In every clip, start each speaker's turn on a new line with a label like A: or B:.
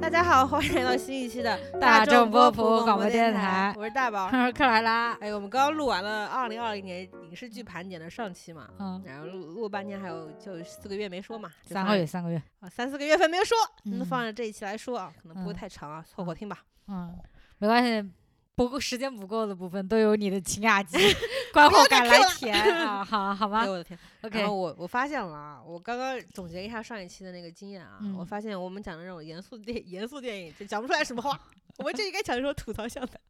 A: 大家好，欢迎来到新一期的
B: 大众
A: 波
B: 波普广播电
A: 台
B: 台，
A: 我是大 宝。
B: 他说克莱拉，
A: 哎，我们刚刚录完了二零二零年影视剧盘点的上期嘛，
B: 嗯，
A: 然后录录半天，还有就四个月没说嘛，就
B: 三
A: 放
B: 个
A: 着
B: 月，三个月，
A: 啊，三四个月份没有说，那
B: 嗯
A: 放着这一期来说啊，可能不会
B: 嗯
A: 太长啊，凑合听吧。
B: 嗯，没关系，不够时间不够的部分都有你的情 雅集观后感来填啊，好好吧
A: 哎呦我的天！然
B: ，OK，
A: 后我我发现了啊，我刚刚总结一下上一期的那个经验啊，
B: 嗯
A: 我发现我们讲的这种严肃电严肃电影就讲不出来什么 话，我们就应该讲这种吐槽向的。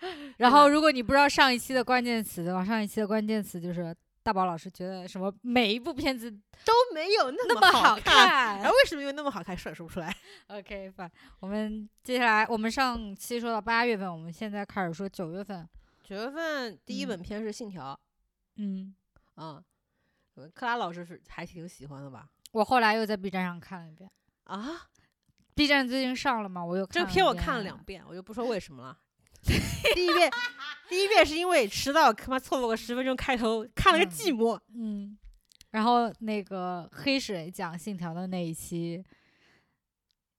A: 嗯
B: 然后如果你不知道上一期的关键词的话，上一期的关键词就是大宝老师觉得什么每一部片子
A: 都没有那
B: 那么
A: 好
B: 好
A: 看。
B: 看
A: 然后为什么又那么好看？说也说不出来。
B: ，OK，吧，我们接下来我们上期说到八月份，我们现在开始说九月份，
A: 九月份第一本片是《信条》
B: 嗯，
A: 啊，呃克拉老师是还挺喜欢的吧？
B: 我后来又在 B 站上看了一遍
A: 啊，
B: ，B 站最近上了嘛，我又
A: 这
B: 看
A: 个片
B: 一
A: 我
B: 遍
A: 看了两遍，我就不说为什么 了。第一遍，第一遍是因为迟到，他妈错过个十分钟开头，看了个
B: 嗯
A: 寂寞。
B: 嗯，然后那个黑水讲信条的那一期，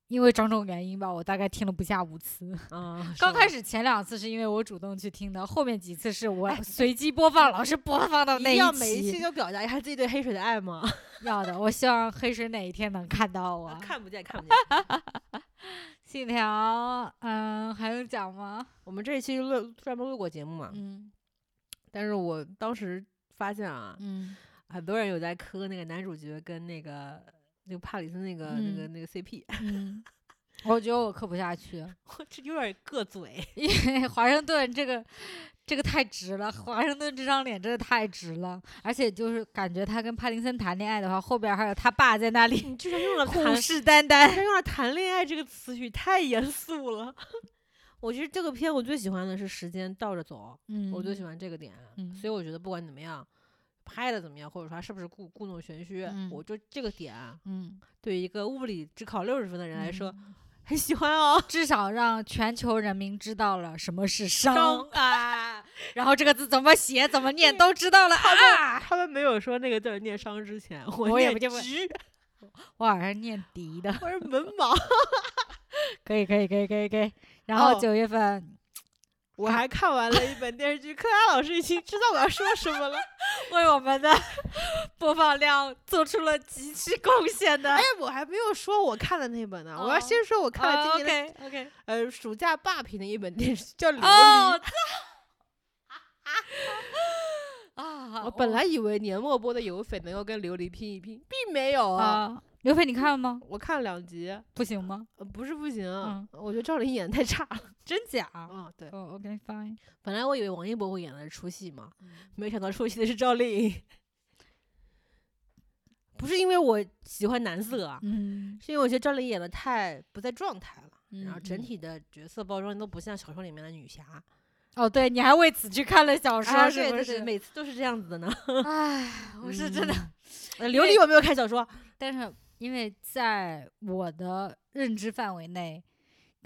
B: 因为种种原因吧，我大概听了不下 五次。
A: 啊，
B: 刚开
A: 始
B: 始前两次是因为我主动去听的，后面几次是我随机播放，老师播放到
A: 一
B: 那
A: 定要每
B: 期。
A: 一期都表达一下自己对黑水的爱吗？
B: 要的，我希望黑水哪一天能看到我。
A: 看不见，看不见。
B: 信条，嗯，还用讲吗？
A: 我们这一期录专门录过节目嘛，
B: 嗯
A: 但是我当时发现啊，
B: 嗯
A: 很多人有在磕那个男主角跟那个那个帕里斯那个、那个
B: 嗯
A: 那个 CP，
B: 嗯，我觉得我磕不下去。
A: 我这有点硌嘴。
B: 因为 华盛顿这个这个太直了，华盛顿这张脸真的太直了，而且就是感觉他跟帕丁森谈恋爱的话，后边还有他爸在那里
A: 你居然用了
B: 虎
A: 谈，
B: 视眈眈。
A: 他用了谈恋爱这个词语，太严肃了。 我觉得这个片我最喜欢的是时间倒着走，
B: 嗯
A: 我最喜欢这个点，啊
B: 嗯
A: 所以我觉得不管怎么样，拍的怎么样，或者说它是不是故故弄玄虚，
B: 嗯
A: 我就这个点啊
B: 嗯，
A: 对于一个物理只考六十分的人来说、
B: 嗯
A: 很喜欢哦。
B: 至少让全球人民知道了什么是伤
A: 伤
B: 啊，然后这个字怎么写、怎么念都知道了啊。
A: 他们没有说那个字儿念商之前，我
B: 我也
A: 念
B: 不就问
A: 菊，
B: 我好像是念迪的，
A: 我是文 盲。
B: 可以可以可以可以可以。然后
A: 哦
B: 九月份，
A: 我还看完了一本电视剧，克拉老师已经知道我要说什么了。
B: 为我们的 播放量做出了极其贡献的
A: 哎，我还没有说我看的那本呢，我要
B: 哦
A: 先说我看了今年的
B: OK OK。
A: 呃暑假霸屏的一本电视剧 叫《琉璃
B: 哦，》。 啊！
A: 我本来以为年末播的有粉能够跟琉璃拼一拼，并没有
B: 我
A: 啊。
B: 啊，刘飞，你看了吗？
A: 我看了两集，
B: 不行吗？
A: 呃不是不行，
B: 嗯
A: 我觉得赵琳演得太差了。
B: 真假？
A: 啊，对，
B: 哦，OK fine。
A: 本来我以为王一博会演的是出戏嘛，没想到出戏的是赵丽。 不是因为我喜欢男色啊，
B: 嗯，
A: 是因为我觉得赵丽演的太不在状态了，然后整
B: 嗯
A: 体的角色包装都不像小说里面的女侠。
B: 哦，对，你还为此去看了小
A: 啊，
B: 说，
A: 对
B: 是
A: 对
B: 不
A: 对，
B: 是？
A: 每次都是这样子的呢。
B: 唉，我是真的，
A: 呃琉璃有没有看小说？
B: 但是因为在我的认知范围内。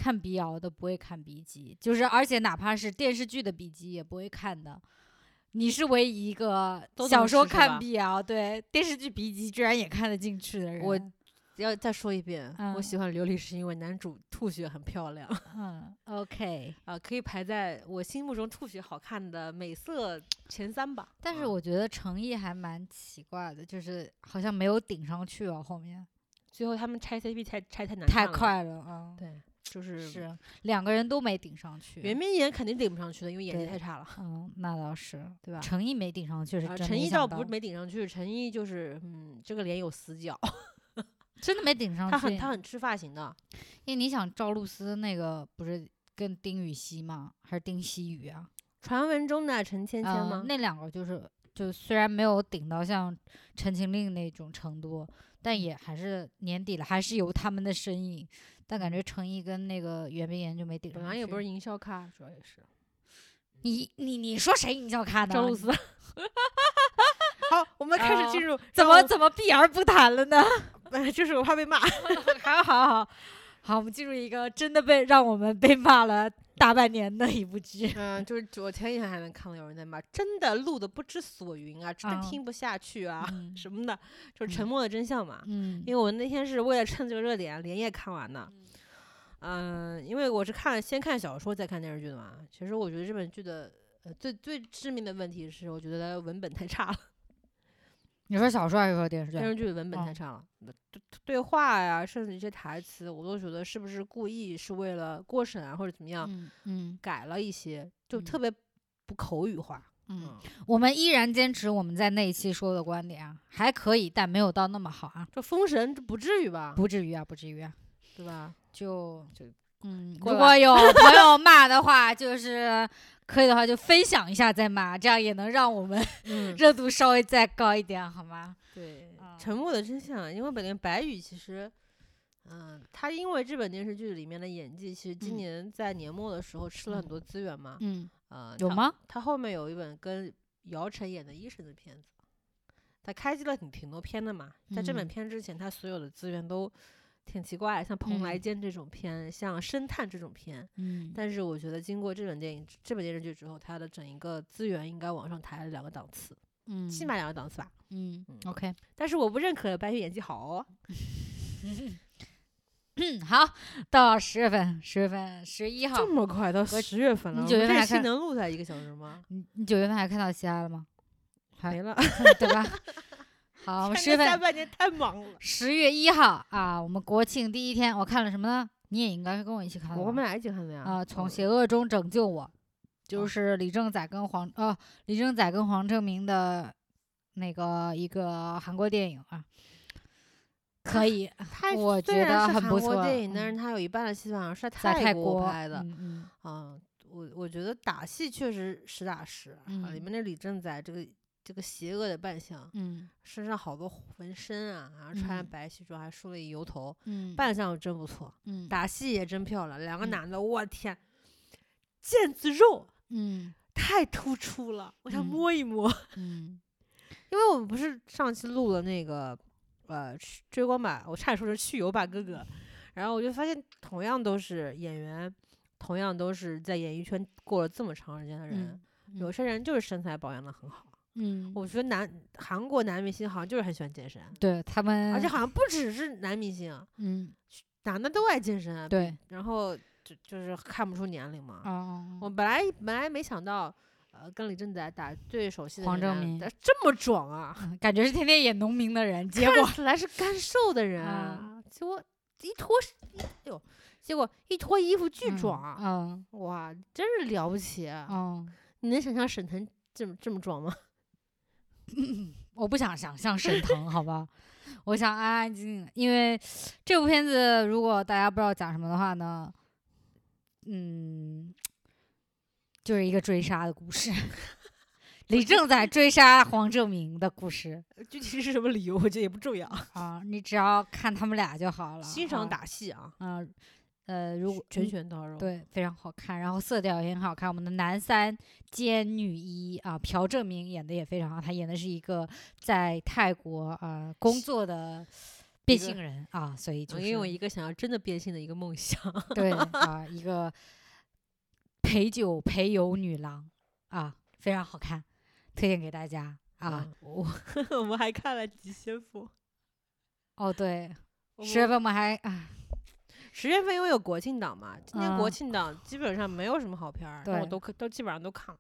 B: 看鼻瑶的不会看鼻集，就是而且哪怕是电视剧的笔记也不会看的。你是唯一一个
A: 都这么
B: 小说
A: 吃是吧
B: 看鼻瑶，对电视剧笔记居然也看得进去的人。
A: 我 要再说一遍，我
B: 嗯
A: 喜欢琉璃是因为男主吐血很漂亮
B: 嗯，OK，
A: 啊，可以排在我心目中吐血好看的美色前三吧。
B: 但是
A: 啊
B: 我觉得诚意还蛮奇怪的，就是好像没有顶上去哦，后面
A: 最后他们拆 CP 拆拆太难
B: 太
A: 看了，
B: 快了啊，
A: 对，就是
B: 是两个人都没顶上
A: 袁
B: 去，
A: 冰妍肯定顶不上去的，因为演技
B: 对
A: 太差了，
B: 嗯，那倒是，
A: 对吧？
B: 诚意没顶上去是
A: 啊，
B: 真
A: 陈
B: 没
A: 毅
B: 想
A: 倒不
B: 到
A: 是哎没顶上去，陈毅就是嗯，这个脸有死角，
B: 真的没顶上 去，
A: 他很他很吃发型的，
B: 因为你想赵露思那个不是跟丁禹兮吗？还是丁曦雨啊？
A: 传闻中的陈芊芊
B: 嗯
A: 吗？
B: 那两个就是就虽然没有顶到像《陈情令》那种程度，但也还是年底了，还是有他们的身影。但感觉程毅跟那个袁冰妍就没顶上
A: 本
B: 去。
A: 来也不是营销咖，主要也是
B: 你你你说谁营销咖呢？
A: 赵露思。好，我们开始进入
B: 怎
A: 让我
B: 么怎么避而不谈了呢？
A: 哎，就是我怕被骂。
B: 好好好好，我们进入一个真的被让我们被骂了大半年的一部剧。
A: 嗯，就是我前几天还能看到有人在骂，真的录的不知所云啊，真的
B: 嗯
A: 听不下去 啊，
B: 嗯
A: 什么的，就是《
B: 嗯
A: 沉默的真相》嘛。
B: 嗯
A: 因为我那天是为了趁这个热点连夜看完的，嗯、因为我是看了先看小说再看电视剧的嘛。其实我觉得这本剧的呃最最致命的问题是，我觉得它文本太差了，
B: 你说小说还是说电视剧
A: 电？视剧的文本太
B: 哦
A: 差了，对对话呀，甚至一些台词，我都觉得是不是故意是为了过审啊或者怎么样
B: 嗯嗯
A: 改了一些，就
B: 嗯
A: 特别不口语化。
B: 嗯，，我们依然坚持我们在那一期说的观点啊，还可以，但没有到那么好啊，
A: 这封神这不至于吧？
B: 不至于啊，不至于啊，
A: 对 吧？
B: 就
A: 就
B: 嗯，
A: 过
B: 如
A: 吧
B: 果有朋友骂的话，就是可以的话就分享一下再骂，这样也能让我 们
A: 嗯，
B: 热度稍微再高一点，好吗？
A: 对，
B: 啊
A: 沉默的真相》，因为本来白宇其实，嗯、他因为这本电视剧里面的演技，其实今
B: 嗯
A: 年在年末的时候吃了很
B: 嗯
A: 多资源嘛。
B: 嗯，
A: 呃，
B: 有
A: 他？
B: 吗？
A: 他后面有一本跟姚晨演的医生的片子，他开机了挺挺多片的嘛。在这本
B: 嗯
A: 片之前，他所有的资源都挺奇怪，像《蓬莱
B: 嗯
A: 间》这种片，像《侦探》这种片。
B: 嗯，
A: 但是我觉得，经过这本电影、这本电视剧之后，他的整一个资源应该往上抬了两个档次，
B: 嗯，
A: 起码两个档次吧。
B: 嗯
A: 嗯
B: ，OK，
A: 但是我不认可白宇演技好哦。
B: 嗯，好，到十月份，十月份十一号
A: 这，么快到
B: 我
A: 十月份了，
B: 你
A: 我
B: 九
A: 们
B: 月份
A: 这
B: 还
A: 期
B: 看
A: 能录下一个小时吗？
B: 你你九月份还看到其 他的吗？还
A: 没了，
B: 对吧？ 好，我们十月
A: 看来下
B: 份
A: 半年太忙 了。
B: 十月一号啊，我们国庆第一天，我看了什么呢？你也应该是跟我一起看的吧。
A: 我们俩一起看的呀。
B: 啊，从
A: 嗯
B: 邪恶中拯救我，
A: 哦
B: 就是李正宰跟黄呃李正宰跟黄正明的那个一个韩国电影啊，可以
A: 它
B: 我
A: 虽
B: 觉
A: 然
B: 得
A: 是
B: 很
A: 韩国
B: 不错
A: 电影，但
B: 嗯
A: 是它有一半的戏好像是在
B: 在泰
A: 国
B: 国
A: 拍的。
B: 嗯嗯
A: 嗯，我我觉得打戏确实实打实啊，里
B: 嗯
A: 面那李正宰这个这个邪恶的扮相，
B: 嗯
A: 身上好多纹身啊，然后穿
B: 嗯
A: 白西装，还梳了一油头，
B: 嗯，
A: 扮相真不错，
B: 嗯
A: 打戏也真漂亮。两个
B: 嗯
A: 男的，我天，腱子肉。
B: 嗯
A: 太突出了，我想
B: 嗯
A: 摸一摸。
B: 嗯
A: 因为我们不是上期录了那个呃去追光吧，我差点说成去游吧哥哥，然后我就发现同样都是演员，同样都是在演艺圈过了这么长时间的人
B: 嗯，
A: 有些人就是身材保养的很好。
B: 嗯，
A: 我觉得男韩国男明星好像就是很喜欢健身，
B: 对他们，
A: 而且好像不只是男明星，啊
B: 嗯
A: 男的都爱健身啊。
B: 对
A: 然后就就是看不出年龄嘛。
B: 啊
A: 我本来本来没想到，呃，跟李正宰打对手戏的
B: 黄
A: 那个
B: 正
A: 男
B: 民
A: 的这么壮啊，
B: 嗯感觉是天天演农民 的人， 结果
A: 看起来是干瘦的人，
B: 啊
A: 结果一脱是，一哎呦，结果一脱衣服巨
B: 嗯
A: 壮啊，
B: 嗯
A: 哇，真是了不起啊！
B: 嗯，
A: 你能想象沈腾这么这么壮吗？
B: 我不想想象沈腾，好吧？ 我想安安静静的，因为这部片子如果大家不知道讲什么的话呢，嗯，就是一个追杀的故事， 李正宰追杀黄正明的故事
A: 具体是什么理由，我觉得也不重要，
B: 啊，你只要看他们俩就好了。
A: 欣
B: 啊
A: 赏打戏啊，
B: 啊，呃，如果
A: 拳拳到肉，，
B: 对，非常好看，然后色调也很好看。我们的男三兼女一啊，朴正明演的也非常好，他演的是一个在泰国啊、呃工作的变
A: 个
B: 性人啊，所以就
A: 我
B: 是
A: 因为我一个想要真的变性的一个梦想，
B: 对啊、一个陪酒陪游女郎啊，非常好看，推荐给大家啊。
A: 嗯我我们还看了《急先锋》
B: 哦，对，
A: 我们。
B: 十月份我们还啊，
A: 十月份因为有国庆档嘛，今年国
B: 嗯
A: 庆档基本上没有什么好片儿，但我
B: 对
A: 都看都基本上都看了，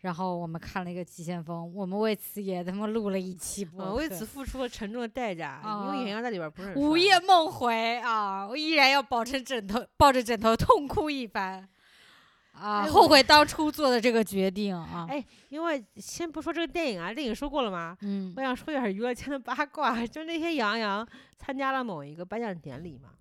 B: 然后我们看了一个《急先锋》，我们为此也他妈录了一期播客，
A: 哦我为此付出了沉重的代价，因为
B: 啊
A: 演员在里边不是很
B: 午
A: 帅
B: 夜梦回啊，我依然要抱着枕头，抱着枕头痛哭一番啊，
A: 哎我
B: 后悔当初做的这个决定啊。
A: 哎因为先不说这个电影啊，电影说过了吗？
B: 嗯
A: 我想说点儿娱乐圈的八卦， 就那天杨洋参加了某一个颁奖典礼嘛，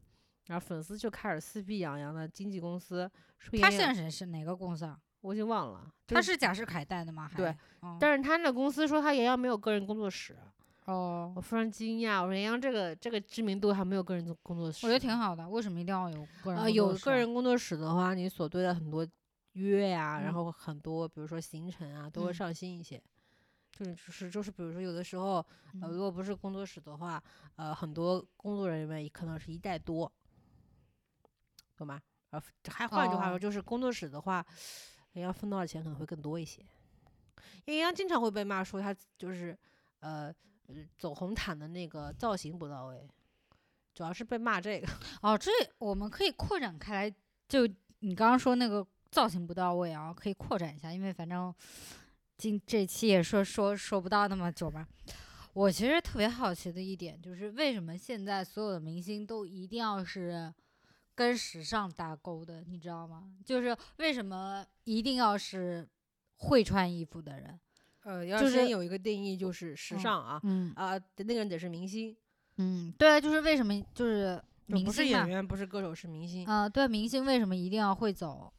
A: 然后粉丝就开始撕逼杨洋的经纪公司，说
B: 他
A: 杨
B: 现在
A: 洋
B: 是是哪个公司啊？
A: 我已经忘了，就
B: 他是贾士凯带的吗？还
A: 对，
B: 哦
A: 但是他那公司说他杨洋没有个人工作室，
B: 哦，
A: 我非常惊讶，我说杨洋这个这个知名度还没有个人做工作室，
B: 我觉得挺好的，为什么一定要有个人？
A: 呃有个，人工作室的话，你所对的很多约呀、然
B: 嗯
A: 后很多比如说行程啊都会
B: 嗯
A: 上新一些。就是就是就是，比如说有的时候，呃，
B: 嗯
A: 如果不是工作室的话，呃，很多工作人员也可能是一代多，懂吗？呃，还换一句话说，
B: 哦
A: 就是工作室的话，人家分到的钱可能会更多一些，因为人家经常会被骂说他就是呃呃走红毯的那个造型不到位，主要是被骂这个。
B: 哦，这我们可以扩展开来，就你刚刚说那个造型不到位啊，可以扩展一下，因为反正今这期也说说说不到那么久吧。我其实特别好奇的一点就是，为什么现在所有的明星都一定要是跟时尚打勾的，你知道吗？就是为什么一定要是会穿衣服的人？
A: 呃，要
B: 就是
A: 先有一个定义，就是时
B: 嗯
A: 尚啊
B: 嗯
A: 啊、得那个人得是明星，
B: 嗯，对啊，就是为什么就是
A: 就
B: 明
A: 不是
B: 星嘛
A: 演，员，不是歌手，是明星。
B: 啊，对，明星为什么一定要会走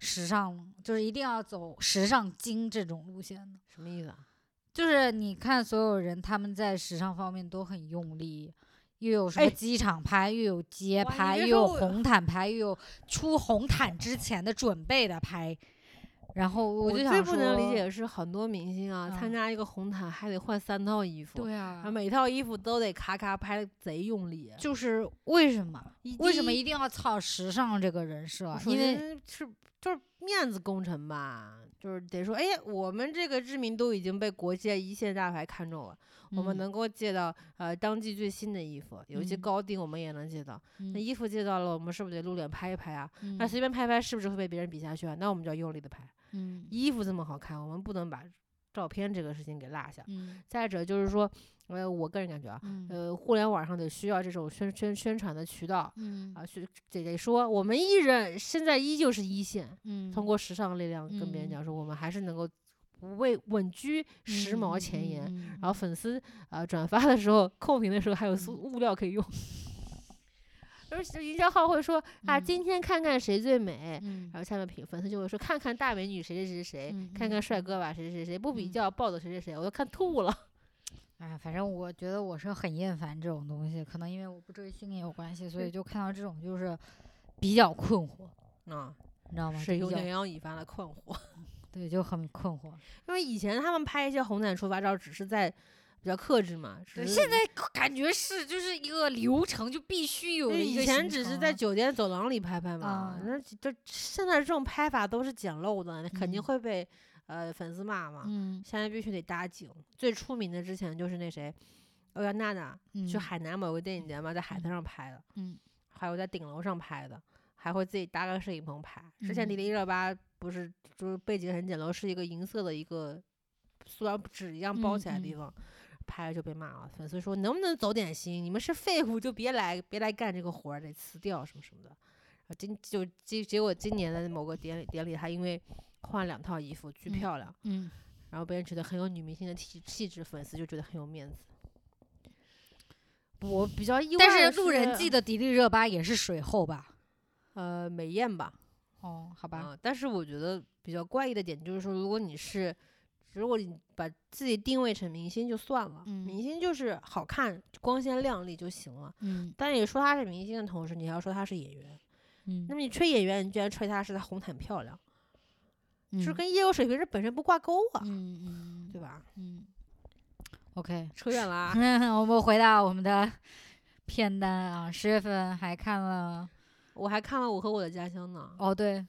B: 时尚，就是一定要走时尚精这种路线呢？
A: 什么意思啊？
B: 就是你看所有人他们在时尚方面都很用力，又有什么
A: 哎
B: 机场拍，又有街
A: 哇你
B: 拍，
A: 别说
B: 又有
A: 我
B: 红毯拍，又有出红毯之前的准备的拍，然后我就想
A: 最不能理
B: 说
A: 解，的是，很多明星啊，参
B: 嗯
A: 加一个红毯还得换三套衣服，
B: 对
A: 然
B: 啊
A: 后，每套衣服都得咔咔拍，贼用力。
B: 就是为什么？
A: 一
B: 为什
A: 第
B: 么
A: 一
B: 一定要操时尚这个人设啊？
A: 首
B: 因为
A: 先是就是面子工程吧，就是得说，哎，我们这个知名度已经被国际一线大牌看中了，我们
B: 嗯
A: 能够借到呃当季最新的衣服，有一些
B: 嗯
A: 高定我们也能借到。那
B: 嗯
A: 衣服借到了，我们是不是得露脸拍一拍啊？那
B: 嗯
A: 随便拍拍是不是会被别人比下去啊？那我们就要用力的拍。
B: 嗯
A: 衣服这么好看，我们不能把照片这个事情给落下。
B: 嗯
A: 再者就是说，呃，我个人感觉啊，
B: 嗯
A: 呃，互联网上得需要这种宣宣宣传的渠道
B: 嗯
A: 啊，去得得说我们艺人现在依旧是一线，
B: 嗯，
A: 通过时尚力量跟别人
B: 嗯
A: 讲说，我们还是能够为稳居时髦前沿。
B: 嗯，然
A: 然后粉丝啊、呃转发的时候、扣评的时候还有素
B: 嗯
A: 物料可以用。 而且营销号会说啊，
B: 嗯
A: 今天看看谁最美，
B: 嗯
A: 然后下面评粉丝就会说，看看大美女谁谁谁谁，
B: 嗯
A: 看看
B: 嗯
A: 帅
B: 嗯
A: 哥吧谁谁谁，不比
B: 嗯
A: 较暴走谁谁谁，我都看吐了。
B: 哎，反正我觉得我是很厌烦这种东西，可能因为我不追星也有关系，所以
A: 是
B: 就看到这种就是比较困惑，
A: 啊，
B: 你知道吗？
A: 是
B: 就
A: 有
B: 比较
A: 点让引发了困惑，
B: 对，就很困惑。
A: 因为以前他们拍一些红毯出发照，只是在比较克制嘛，只
B: 对，
A: 是
B: 现在哎感觉是就是一个流程，就必须有
A: 对
B: 的一个
A: 以前只是在酒店走廊里拍拍嘛
B: 啊，
A: 那这现在这种拍法都是简陋的，那肯定
B: 嗯
A: 会被呃粉丝骂嘛。
B: 嗯
A: 现在必须得搭景。最出名的之前就是那谁，欧阳娜娜
B: 嗯
A: 去海南某个电影节嘛，在海滩上拍的，
B: 嗯
A: 还有在顶楼上拍的，还会自己搭个摄影棚拍。之前
B: 嗯
A: 迪丽热巴不是就是背景很简陋，是一个银色的一个塑料纸一样包
B: 嗯
A: 起来的地
B: 嗯
A: 方。拍了就被骂了，粉丝说能不能走点心？你们是废物就别来别来干这个活儿，得辞掉什么什么的。啊今就结结果今年的某个典礼典礼，她因为换两套衣服，巨
B: 嗯
A: 漂亮，
B: 嗯，
A: 然后别人觉得很有女明星的气气质，粉丝就觉得很有面子。我比较意外，
B: 但是路人记
A: 记
B: 得迪丽热巴也是水后吧？
A: 呃美艳吧，
B: 哦，好吧，
A: 啊、但是我觉得比较怪异的点就是说，如果你是，如果你把自己定位成明星就算了，
B: 嗯
A: 明星就是好看、光鲜亮丽就行了。
B: 嗯
A: 但你说他是明星的同时，你还要说他是演员。
B: 嗯
A: 那，么你吹演员，你居然吹他是他红毯漂亮，就是
B: 嗯
A: 跟业务水平是本身不挂钩啊，
B: 嗯嗯
A: 对吧？
B: 嗯，OK，，
A: 扯远了啊
B: 我们回到我们的片单啊，十月份还看了
A: 我还看了《我和我的家乡》呢。
B: 哦，对，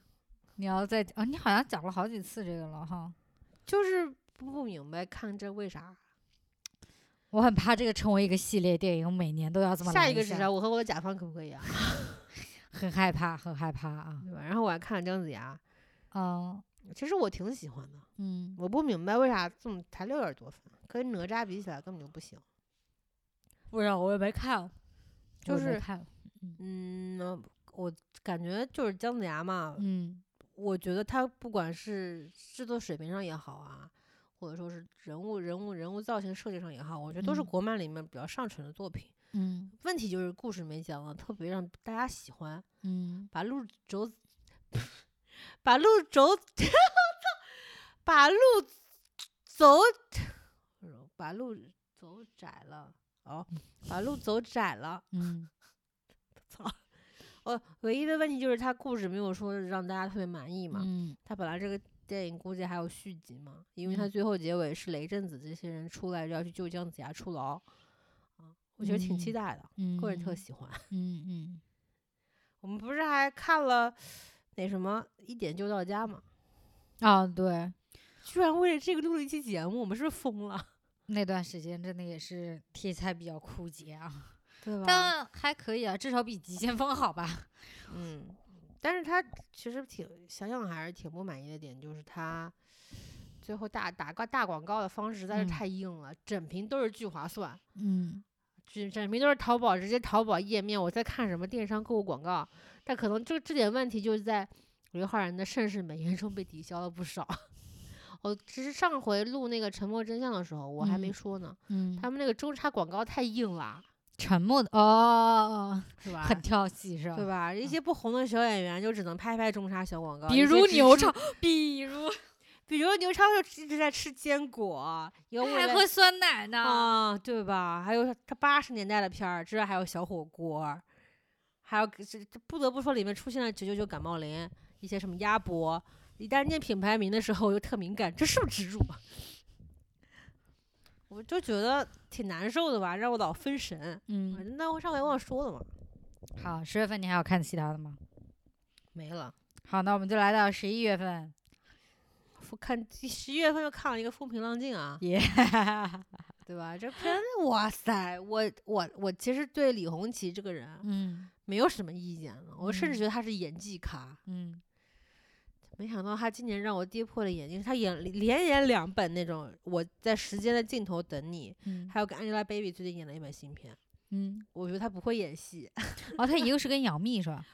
B: 你要再啊、你好像讲了好几次这个了哈，
A: 就是不不明白看这为啥。
B: 我很怕这个成为一个系列电影，每年都要这么
A: 下
B: 来
A: 一个是
B: 下
A: 啥？我和我的甲方可不可以啊？
B: 很害怕，很害怕啊，
A: 对吧？然后我还看了姜子牙，
B: 嗯
A: 其实我挺喜欢的，
B: 嗯
A: 我不明白为啥这么才六点多分，跟哪吒比起来根本就不行。
B: 不知道我也没看，
A: 就
B: 我也没
A: 是
B: 看，
A: 嗯，我感觉就是姜子牙嘛，
B: 嗯
A: 我觉得他不管是制作水平上也好啊。或者说是人物、人物、人物造型设计上也好，我觉得都是
B: 嗯
A: 国漫里面比较上乘的作品。
B: 嗯
A: 问题就是故事没讲的啊特别让大家喜欢，
B: 嗯
A: 把路轴，把路轴，把路走，把路走窄了。哦，把路走窄了。
B: 嗯
A: 哦，唯一的问题就是他故事没有说让大家特别满意 嘛。
B: 嗯
A: 他本来这个电影估计还有续集嘛，因为他
B: 嗯
A: 最后结尾是雷震子这些人出来要去救姜子牙出牢啊，我觉得挺期
B: 嗯
A: 待的，
B: 嗯，
A: 个人特喜欢。
B: 嗯嗯
A: 我们不是还看了那什么《一点就到家》吗？
B: 啊，对，
A: 居然为了这个录了一期节目，我们是不是疯了？
B: 那段时间真的也是题材比较枯竭啊，
A: 对吧？
B: 但还可以啊，至少比《极限风》好吧？
A: 嗯，但是他其实挺想想还是挺不满意的点，就是他最后大打个大广告的方式实在
B: 嗯
A: 是太硬了，整屏都是聚划算，
B: 嗯，
A: 整整屏都是淘宝，直接淘宝页面，我在看什么电商购物广告？但可能这这点问题就在刘昊然的盛世美颜中被抵消了不少。我其实上回录那个《沉默真相》的时候，我还没
B: 嗯
A: 说呢，
B: 嗯，
A: 他们那个中插广告太硬了，
B: 沉默的哦哦，
A: 是
B: 哦
A: 吧？
B: 很跳戏是吧？
A: 对吧？一
B: 嗯
A: 些不红的小演员就只能拍拍中插小广告，
B: 比
A: 一些
B: 如
A: 只
B: 牛
A: 吃
B: 场，比如
A: 比如牛超就一直在吃坚果，有为
B: 还
A: 了
B: 喝酸奶呢。
A: 啊、对吧？还有他八十年代的片儿，之外还有小火锅，还有这这不得不说里面出现了九九九感冒灵，一些什么鸭脖。一旦念品牌名的时候，我就特敏感，这是不是植入啊？ 我就觉得挺难受的吧，让我老分神。
B: 嗯，
A: 那我上回忘说了嘛，
B: 好，十月份你还有看其他的吗？
A: 没了。
B: 好，那我们就来到十一月份，
A: 我看十一月份又看了一个《风平浪静》啊，
B: 耶、
A: 对吧？这片子，哇塞，我我我其实对李红旗这个人
B: 嗯
A: 没有什么意见了，我甚至
B: 嗯
A: 觉得他是演技咖。
B: 嗯
A: 没想到他今年让我跌破了眼镜，他演连演两本那种我在时间的尽头等你，
B: 嗯
A: 还有跟 Angelababy 最近演了一本新片，
B: 嗯，
A: 我觉得他不会演戏，
B: 哦，他一个是跟杨幂是吧？哦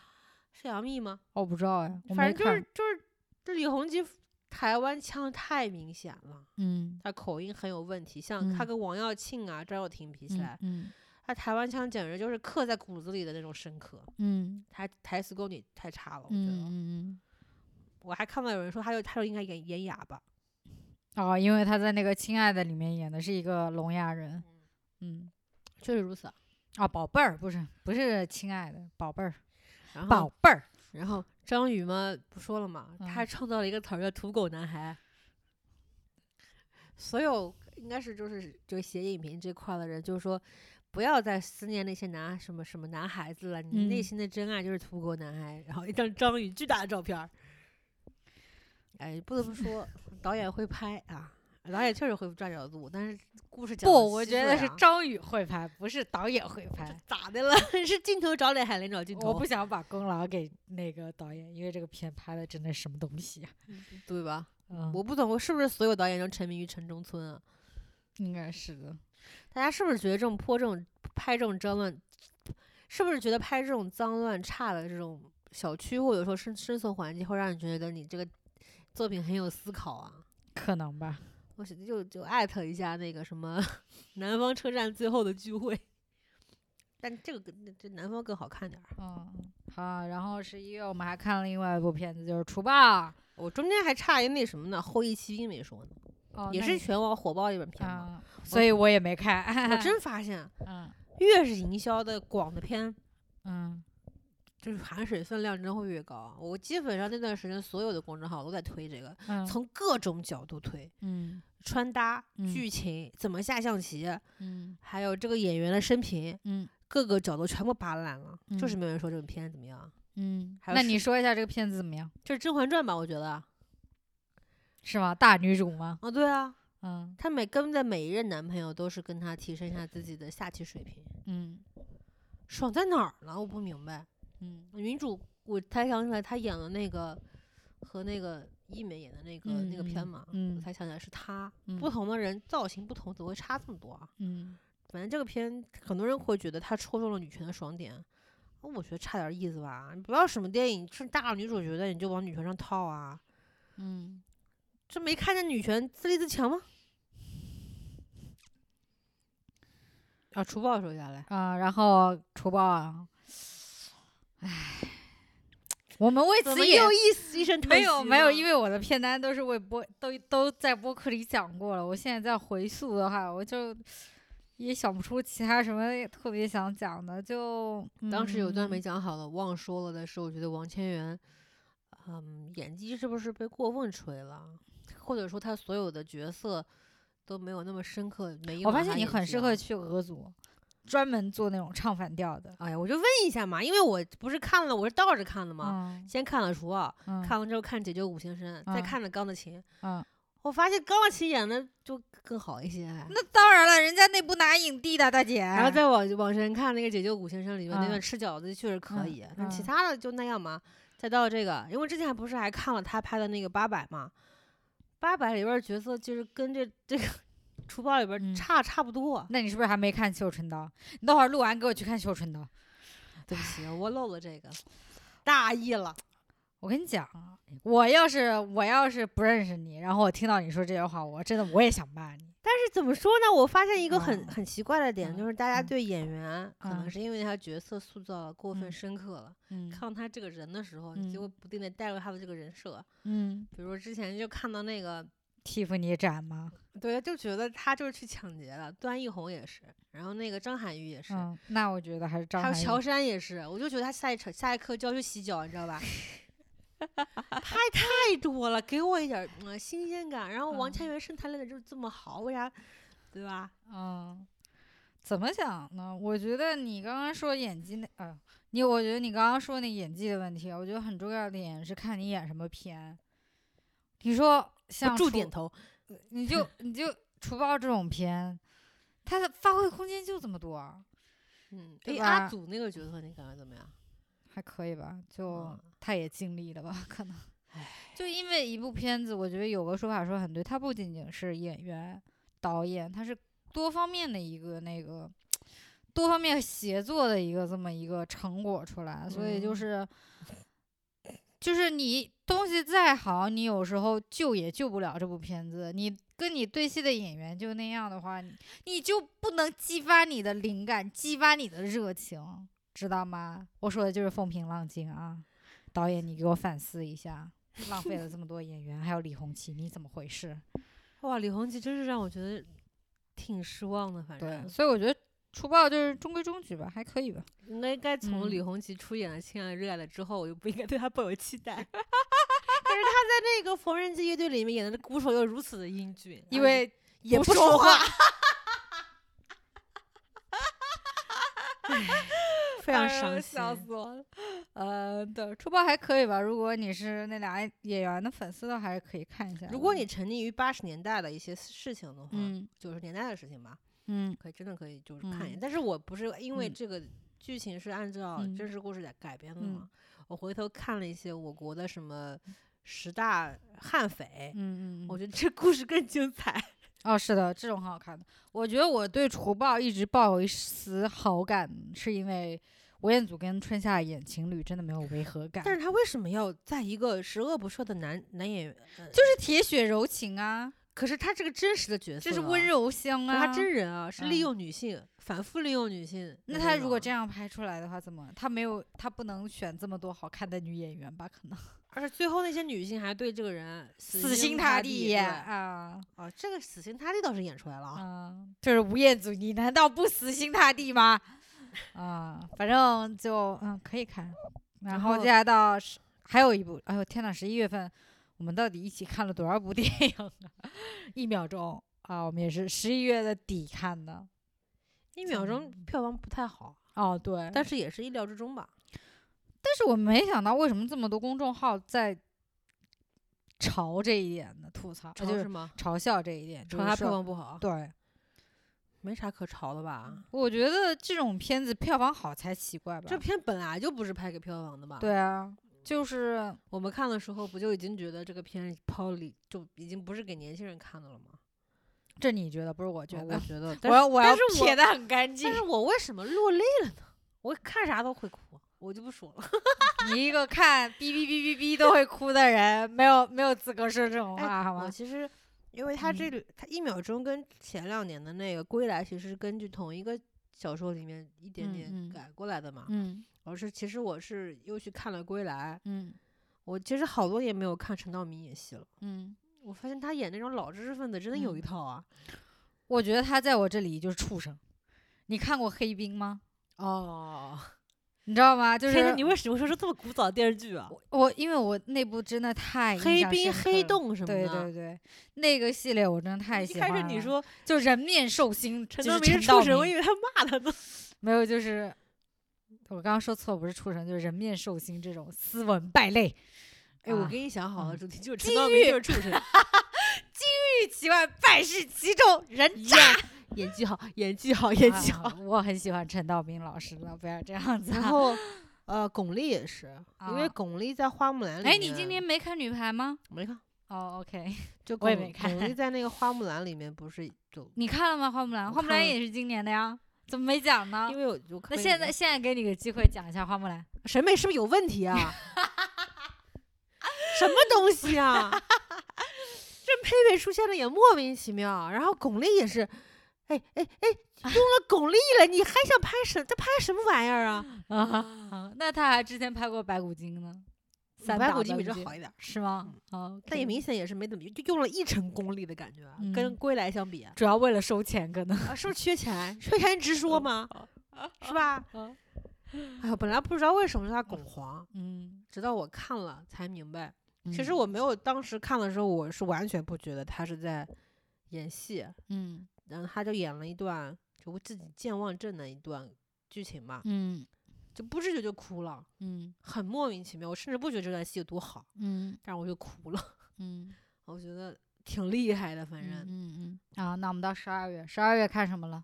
A: 是杨幂吗？
B: 我不知道哎呀，我
A: 反
B: 没
A: 正就
B: 看。
A: 是就是这李红基台湾腔太明显了，
B: 嗯
A: 他口音很有问题，像他
B: 嗯
A: 跟王耀庆啊、张耀廷比起来，
B: 嗯
A: 他台湾腔简直就是刻在骨子里的那种深刻。
B: 嗯
A: 他台词功底太差了，我
B: 嗯
A: 觉得。
B: 嗯
A: 我还看到有人说他就他就应该演演哑巴，
B: 嗯，哦，因为他在那个《亲爱的》里面演的是一个聋哑人。嗯，
A: 确实如此。啊
B: 哦，宝贝儿不是不是亲爱的宝贝儿，
A: 然
B: 宝
A: 后
B: 贝儿。
A: 然后张宇嘛不说了嘛，他还
B: 嗯
A: 创造了一个词儿叫“土狗男孩”。所有应该是就是就写影评这块儿的人就说，不要再思念那些男什么什么男孩子了，你内
B: 嗯
A: 心的真爱就是土狗男孩。然后一张张宇巨大的照片儿，哎，不得不说导演会拍啊，导演确实会抓角度，但是故事讲得
B: 不，我
A: 稀
B: 觉
A: 碎
B: 得是
A: 啊哎
B: 张宇会拍，不是导演会拍。
A: 咋的了？ 是镜头找脸还是脸找镜头？
B: 我不想把功劳给那个导演，因为这个片拍的真的什么东西、啊。
A: 对吧？
B: 嗯，
A: 我不懂，我是不是所有导演都沉迷于城中村啊？
B: 应该是的。
A: 大家是不是觉得这种泼这种拍这种脏乱，是不是觉得拍这种脏乱差的这种小区或者说生生存环境，会让你觉得你这个作品很有思考啊？
B: 可能吧。
A: 我是就就艾特一下那个什么 南方车站最后的聚会，但这个更这南方更好看点儿。啊
B: 嗯，好。然后十一月我们还看了另外一部片子，就是《除暴》，
A: 我中间还差一那什么呢，《后羿弃兵》没说呢，
B: 哦，
A: 也
B: 那
A: 是
B: 你
A: 全网火爆的一本片嘛。
B: 啊，所以我也没看。
A: 我真发现，啊
B: 嗯
A: 越是营销的广的片，
B: 嗯
A: 就是含水分量真会越高。我基本上那段时间所有的公众号都在推这个，
B: 嗯
A: 从各种角度推，
B: 嗯
A: 穿搭、
B: 嗯
A: 剧情、怎么下象棋，
B: 嗯
A: 还有这个演员的生平，
B: 嗯
A: 各个角度全部扒烂了，就是没有人说这个片怎么样。
B: 嗯。
A: 还有
B: 那
A: 是
B: 你说一下这个片子怎么样？
A: 就是《甄嬛传》吧，我觉得。
B: 是吗？大女主吗？
A: 啊，对啊，
B: 嗯
A: 她每跟的每一任男朋友都是跟她提升一下自己的下棋水平，
B: 嗯
A: 爽在哪儿呢？我不明白。
B: 嗯
A: 女主，我才想起来，她演了那个和那个医美演的那个、那个片
B: 嗯
A: 嘛，
B: 嗯
A: 我才想起来是她。
B: 嗯
A: 不同的人造型不同，怎么会差这么多啊？
B: 嗯
A: 反正这个片很多人会觉得它戳中了女权的爽点，我觉得差点意思吧。你不要什么电影是大女主角的，你就往女权上套啊？
B: 嗯
A: 这没看见女权自立自强吗？啊，除暴说下来，
B: 啊，然后除暴啊，唉，我们为
A: 怎
B: 此
A: 么
B: 也
A: 又一死一声叹息
B: 没有没有，因
A: 为
B: 为我的片单都是为播都都在播客里讲过了。我现在在回溯的话，我就也想不出其他什么特别想讲的。就、
A: 当时有段没
B: 嗯
A: 讲好了，忘说了的是，我觉得王千源，嗯，演技是不是被过分吹了？或者说他所有的角色都没有那么深刻？没
B: 我
A: 用
B: 发
A: 到
B: 现
A: 他
B: 你
A: 演
B: 很
A: 技
B: 适
A: 啊
B: 合去俄组，专门做那种唱反调的。
A: 哎呀，我就问一下嘛，因为我不是看了，我是倒着看的嘛，
B: 嗯
A: 先看了厨啊，
B: 嗯
A: 看完之后看《解救五行山》，再
B: 嗯
A: 看了《钢的琴》，
B: 嗯，
A: 我发现《钢的琴》演的就更好一些。哎
B: 那当然了，人家那不拿影帝的大姐。
A: 然后再往往前看那个《解救五行山》里面那
B: 嗯
A: 段吃饺子确实可
B: 嗯
A: 以，但其
B: 嗯
A: 他的就那样嘛。再到这个，因为之前不是还看了他拍的那个《八佰》嘛，《八佰》里边儿角色就是跟这这个厨房里边儿
B: 嗯
A: 差差不多。
B: 那你是不是还没看《绣春刀》？你等会儿录完给我去看《绣春刀》。
A: 对不起，我漏了这个，大意了。
B: 我跟你讲啊，我要是我要是不认识你，然后我听到你说这些话，我真的我也想骂你。
A: 但是怎么说呢？我发现一个很、
B: 嗯
A: 很奇怪的点，
B: 嗯
A: 就是大家
B: 嗯
A: 对演员，可能
B: 嗯
A: 是因为他角色塑造过分
B: 嗯
A: 深刻了，
B: 嗯
A: 看到他这个人的时候，你就
B: 嗯
A: 会不定的带入他的这个人设。
B: 嗯，
A: 比如说之前就看到那个，
B: 蒂芙尼展吗？
A: 对，就觉得他就是去抢劫的。段奕宏也是，然后那个张涵予也是。
B: 嗯，那我觉得还是张
A: 还
B: 涵
A: 有
B: 予。
A: 乔杉也是，我就觉得他下一场下一刻就要去洗脚，你知道 吧？拍太多了，给我一点儿嗯新鲜感。然后王
B: 嗯
A: 千源身材练的就是这么好，为啥？对吧？
B: 嗯，怎么讲呢？我觉得你刚刚说演技那，呃，你我觉得你刚刚说那演技的问题，啊我觉得很重要的点是看你演什么片。你说像
A: 我住
B: 厨
A: 点，头，
B: 你就你就厨包这种片，它的发挥空间就这么多，啊
A: 嗯，
B: 对
A: 哎，阿
B: 吧
A: 祖那个角色你感觉怎么样？
B: 还可以吧？就
A: 嗯
B: 他也尽力了吧，可能。就因为一部片子，我觉得有个说法说很对，它不仅仅是演员、导演，它是多方面的一个那个多方面协作的一个这么一个成果出来，所以就
A: 嗯
B: 是、就是你东西再好，你有时候救也救不了这部片子。你跟你对戏的演员就那样的话，你你就不能激发你的灵感，激发你的热情，知道吗？我说的就是风平浪静啊，导演，你给我反思一下。浪费了这么多演员，还有李红旗，你怎么回事？
A: 哇，李红旗真是让我觉得挺失望的，反
B: 对，
A: 正
B: 所以我觉得除暴就是中规中矩吧，还可以吧。
A: 应该该从李
B: 嗯
A: 红旗出演了《亲爱的热爱的》之后，我就不应该对他抱有期 待。但是他在那个缝纫机乐队里面演的鼓手又如此的英俊，啊然
B: 因
A: 后
B: 为
A: 也
B: 啊不
A: 不
B: 说
A: 话，非常伤心。
B: 哎笑死我了。呃，对，除暴还可以吧。如果你是那俩演员的粉丝的话，还是可以看一下的。
A: 如果你沉溺于八十年代的一些事情的话，
B: 嗯
A: 九十、年代的事情吧，
B: 嗯
A: 可以真的可以就是看一眼。但是我不是因为这个剧情是按照
B: 嗯
A: 真实故事改改编的嘛，我回头看了一些我国的什么十大悍匪，
B: 嗯嗯，
A: 我觉得这故事更精彩。
B: 哦是的，这种很好看的。我觉得我对除暴一直抱有一丝好感，是因为吴彦祖跟春夏演情侣真的没有违和感，
A: 但是他为什么要在一个十恶不赦的男男演员？呃
B: 就是铁血柔情啊，
A: 可是他这个真实的角色，
B: 这是温。柔乡啊。
A: 他真人啊，是利
B: 嗯
A: 用女性，反复利用女性的那种。啊
B: 那他如果这样拍出来的话，怎么他没有他不能选这么多好看的女演员吧？可能
A: 而且最后那些女性还对这个人
B: 死
A: 心
B: 心
A: 塌
B: 塌
A: 对
B: 啊
A: 哦，这个死心塌地倒是演出来了啊。
B: 啊！就是吴彦祖，你难道不死心塌地吗？啊，反正就嗯可以看。
A: 然
B: 然后
A: 后
B: 接下来到十还有一部，哎呦天呐，十一月份我们到底一起看了多少部 电影啊？一秒钟啊，我们也是十一月的底看的。
A: 一秒钟票房不太好，
B: 哦，对，
A: 但是也是意料之中吧。
B: 但是我没想到为什么这么多公众号在嘲这一点呢？吐槽，呃
A: 吵
B: 就是
A: 吗？
B: 嘲笑这一点，
A: 吵
B: 就是
A: 他票
B: 说
A: 房不好，
B: 对，嗯
A: 没啥可吵的吧？
B: 我觉得这种片子票房好才奇怪吧？
A: 这片本来就不是拍给票房的吧？，
B: 对啊，就是
A: 我们看的时候不就已经觉得这个片抛离就已经不是给年轻人看的了吗？哦
B: 这你觉得，不是我觉
A: 我
B: 得。
A: 觉 得，
B: 我
A: 但是
B: 要我
A: 但
B: 要
A: 是我
B: 撇的很干净
A: 但。是我为什么落泪了呢？我看啥都会哭，我就不说了。
B: 你一个看哔哔哔哔哔都会哭的人，没有没有资格说这种
A: 哎
B: 话，好
A: 我
B: 吗？
A: 其实，因为他这里，他一秒钟跟前两年的那个《归来》其实是根据同一个小说里面一点
B: 嗯
A: 点
B: 嗯
A: 改过来的嘛。
B: 嗯
A: 我是其实我是又去看了《归来》，
B: 嗯
A: 我其实好多年没有看陈道明演戏了。
B: 嗯，
A: 我发现他演那种老知识分子真的有一
B: 嗯
A: 套啊。
B: 我 觉得他在我这里就是畜生。你看过《黑冰》吗？
A: 哦，
B: 你知道吗？就
A: 天呐，
B: 是
A: 你为什么会说出这么古早的电视剧啊？
B: 我我因为我那部真的太印
A: 黑
B: 象
A: 冰、
B: 深刻
A: 黑
B: 了，
A: 洞什么
B: 对
A: 的。
B: 对对，那个系列我真的太
A: 一
B: 喜
A: 开
B: 欢
A: 始
B: 了。
A: 你说
B: 就人面兽心，
A: 陈
B: 就
A: 道
B: 是
A: 明是
B: 陈
A: 畜
B: 道
A: 生，我
B: 明
A: 以为他骂他呢。
B: 没有，就是我刚刚说错，不是畜生，就是人面兽心这种斯文败类。
A: 哎，我
B: 啊
A: 给你想好了，
B: 嗯
A: 主题就是陈
B: 金
A: 道明
B: 玉
A: 就是畜生，
B: 欲其外，败事其中，人
A: 演演技好，演技好，演技 好。
B: 啊我很喜欢陈道明老师的，不要这样子
A: 然
B: 啊。
A: 后，呃，巩俐也是，因为
B: 啊
A: 巩俐在《花木兰》里
B: 哎，
A: 面，
B: 你今天没看女排吗？
A: 没看？
B: 哦，OK，
A: 就
B: 我也
A: 巩
B: 没看
A: 巩俐在那个《花木兰》里面不是就
B: 你看了吗？花木兰，
A: 我
B: 花木
A: 看
B: 兰
A: 了
B: 也是今年的呀，怎么没讲呢
A: 因？为我我
B: 那
A: 看
B: 现
A: 你
B: 在现在给你个机会讲一下花木兰。
A: 审美是不是有问题啊？什么东西啊？这佩佩出现的也莫名其妙，然后巩俐也是，哎哎哎，用了巩俐了，你还想拍什？这拍什么玩意儿 啊？
B: 啊，那他还之前拍过《白骨精》呢，三
A: 嗯白
B: 打
A: 骨精比这
B: 白
A: 好一点，
B: 是吗？哦，
A: 但也明显也是没怎么用，就用了一成功力的感觉啊，跟
B: 嗯
A: 归来相比 啊，
B: 主要为了收钱，可能。
A: 是不是缺钱？哦缺钱直说吗？是吧？
B: 嗯
A: 哎呀，本来不知道为什么他巩皇，
B: 嗯，
A: 直到我看了才明白，其实我没有当时看的时候，我是完全不觉得他是在演戏，
B: 嗯
A: 然后他就演了一段就我自己健忘症的一段剧情嘛，
B: 嗯
A: 就不自觉就哭了，
B: 嗯
A: 很莫名其妙。我甚至不觉得这段戏有多好，
B: 嗯
A: 但是我就哭了，
B: 嗯
A: 我觉得挺厉害的，反正、
B: 嗯嗯啊，那我们到十二月，十二月看什么了？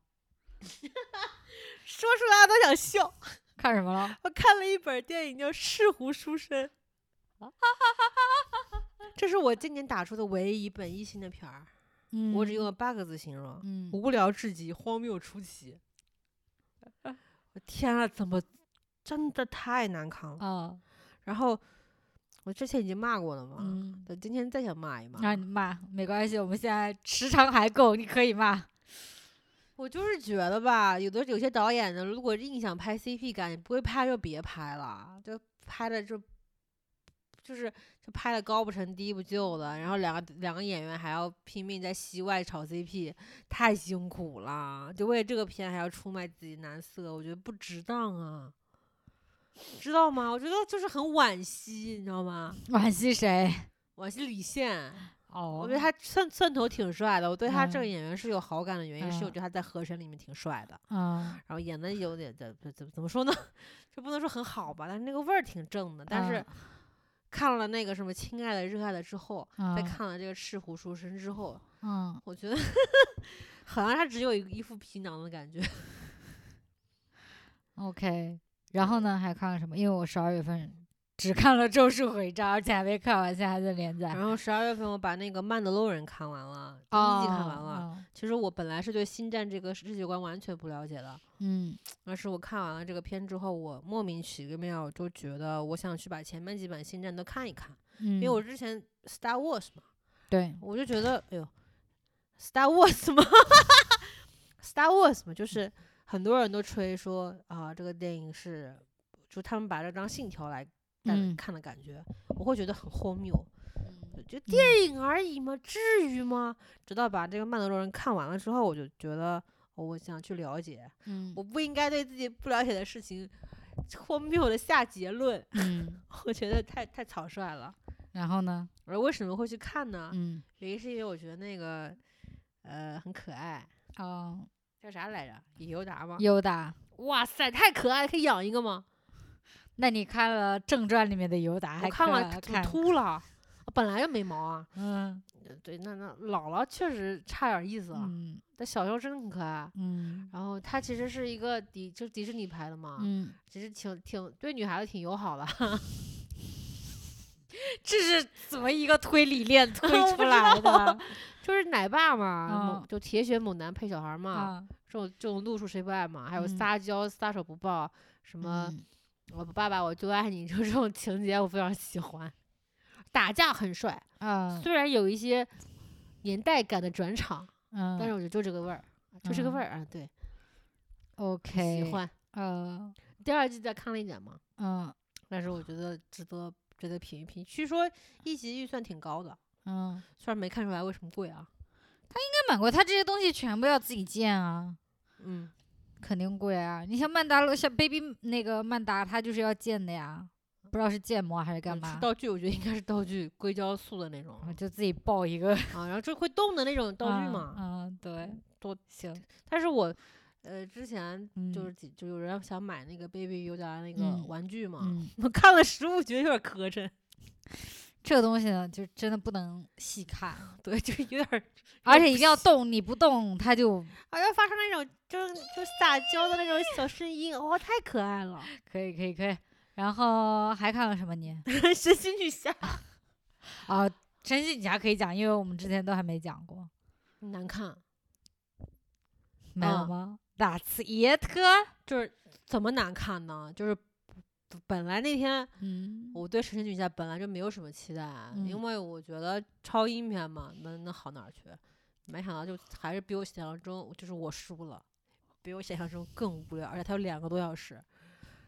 A: 说出来我都想笑。
B: 看什么了？
A: 我看了一本电影叫《是狐书生》， 这是我今年打出的唯一一本一星的片儿，
B: 嗯
A: 我只用了八个字形容。
B: 嗯
A: 无聊至极，荒谬出 奇。我天啊，怎么真的太难看了？
B: 啊
A: 然后我之前已经骂过了嘛，
B: 嗯，啊
A: 我今天再想骂一骂。
B: 那你骂没关系，我们现在时长还够，你可以骂。
A: 我就是觉得吧，有的有些导演呢，如果硬想拍 CP 感，你不会拍就别拍了，就拍的就就是就拍的高不成低不就的，然后两个两个演员还要拼命在戏外炒 CP，太辛苦了，就为这个片还要出卖自己男色，我觉得不值当啊，知道吗？我觉得就是很惋惜，你知道吗？
B: 惋惜谁？
A: 惋惜李现，
B: 哦
A: 我觉得他蒜蒜头挺帅的，我对他这个
B: 嗯
A: 演员是有好感的原因，是我
B: 嗯
A: 觉得他在《河神》里面挺帅的。
B: 啊，
A: 然后演的有点怎怎怎怎么说呢？ 就不能说很好吧，但是那个味儿挺正的。但是
B: 啊
A: 看了那个什么《亲爱的热爱的》之后，再
B: 啊
A: 看了这个《赤狐书生》之后，
B: 嗯，
A: 我觉得 好像他只有一一副皮囊的感觉。
B: OK，然后呢，还看了什么？因为我十二月份只看了《咒术回战》，而且还没看完，现在还在连载。
A: 然后十二月份我把那个《曼德洛人》看完了，第一季看完了。
B: 哦，
A: 其实我本来是对星战这个世界观完全不了解的，
B: 嗯
A: 但是我看完了这个片之后，我莫名其妙就觉得我想去把前面几版星战都看一看，
B: 嗯，
A: 因为我之前 Star Wars 嘛。
B: 对，
A: 我就觉得，哎呦，Star Wars 嘛 ，Star Wars 嘛，就是很多人都吹说啊，这个电影是，就他们把这当信条来带着
B: 嗯
A: 看的感觉，我会觉得很荒谬，
B: 嗯
A: 就电影而已嘛，至于吗？直到把这个《曼德洛人》看完了之后，我就觉得、哦我想去了解，
B: 嗯
A: 我不应该对自己不了解的事情荒谬的下结论，
B: 嗯，
A: 我觉得太太草率了。
B: 然后呢，
A: 而为什么会去看呢？
B: 嗯
A: 原因是因为我觉得那个呃很可爱，
B: 哦，
A: 叫啥来着？野游达吗？
B: 优达，
A: 哇塞，太可爱了，可以养一个吗？
B: 那你看了正传里面的尤达？
A: 我
B: 还
A: 哎看
B: 了
A: 了，我
B: 看，
A: 秃了，啊本来就没毛啊。
B: 嗯
A: 呃对，那那老了确实差点意思啊，
B: 嗯
A: 但小时候真的很可爱。啊
B: 嗯
A: 然后它其实是一个迪，就迪士尼拍的嘛，
B: 嗯，
A: 其实挺挺对女孩子挺友好的。
B: 这是怎么一个推理 链推
A: 我不
B: 出
A: 知
B: 来
A: 道
B: 的
A: 就是奶爸嘛，
B: 嗯
A: 猛就铁血猛男配小孩嘛，
B: 啊？
A: 这种这种路数谁不爱嘛？还有
B: 嗯
A: 撒娇、撒手不抱，什么
B: 嗯
A: 我爸爸我就爱你，就这种情节我非常喜欢。打架很帅，
B: 啊
A: 虽然有一些年代感的转场，
B: 嗯，
A: 但是我觉得就这个味儿，就这个味
B: 嗯
A: 儿啊，对，
B: OK，
A: 喜欢。
B: 呃
A: 第二季再看了一点嘛，
B: 嗯
A: 但是我觉得值得值得品一品。据说一集预算挺高的，
B: 嗯。
A: 虽然没看出来为什么贵啊。
B: 买过，他这些东西全部要自己建啊。
A: 嗯，
B: 肯定贵啊！你像曼达罗，像 Baby 那个曼达，他就是要建的呀，不知道是建模还是干
A: 嗯
B: 嘛
A: 是，道具我觉得应该是道具硅胶塑的那种
B: 我就自己抱一个
A: 啊，然后就会动的那种道具
B: 嗯
A: 嘛。
B: 嗯，对，
A: 多
B: 行，
A: 但是我呃之前
B: 嗯
A: 就是几就有人想买那个 Baby Yoda 那个
B: 嗯
A: 玩具嘛，
B: 嗯，
A: 我看了实物觉得有点磕碜，
B: 这个东西呢，就真的不能 细看，
A: 对，就有点儿，
B: 而且一定要动，你不动它就
A: 好像发生那种就是就撒娇的那种小声音，哇、太可爱了，
B: 可以，可以，可以。然后还看了什么你？
A: 神奇女侠
B: 啊，神奇女侠可以讲，因为我们之前都还没讲过，
A: 难看，
B: 没有
A: 啊
B: 吗？That's it。
A: 就是怎么难看呢？就是本来那天
B: 嗯，
A: 我对神奇女侠本来就没有什么期待，啊
B: 嗯
A: 因为我觉得超英片嘛，能能好哪儿去？没想到就还是比我想象中，就是我输了，比我想象中更无聊，而且它有两个多小时。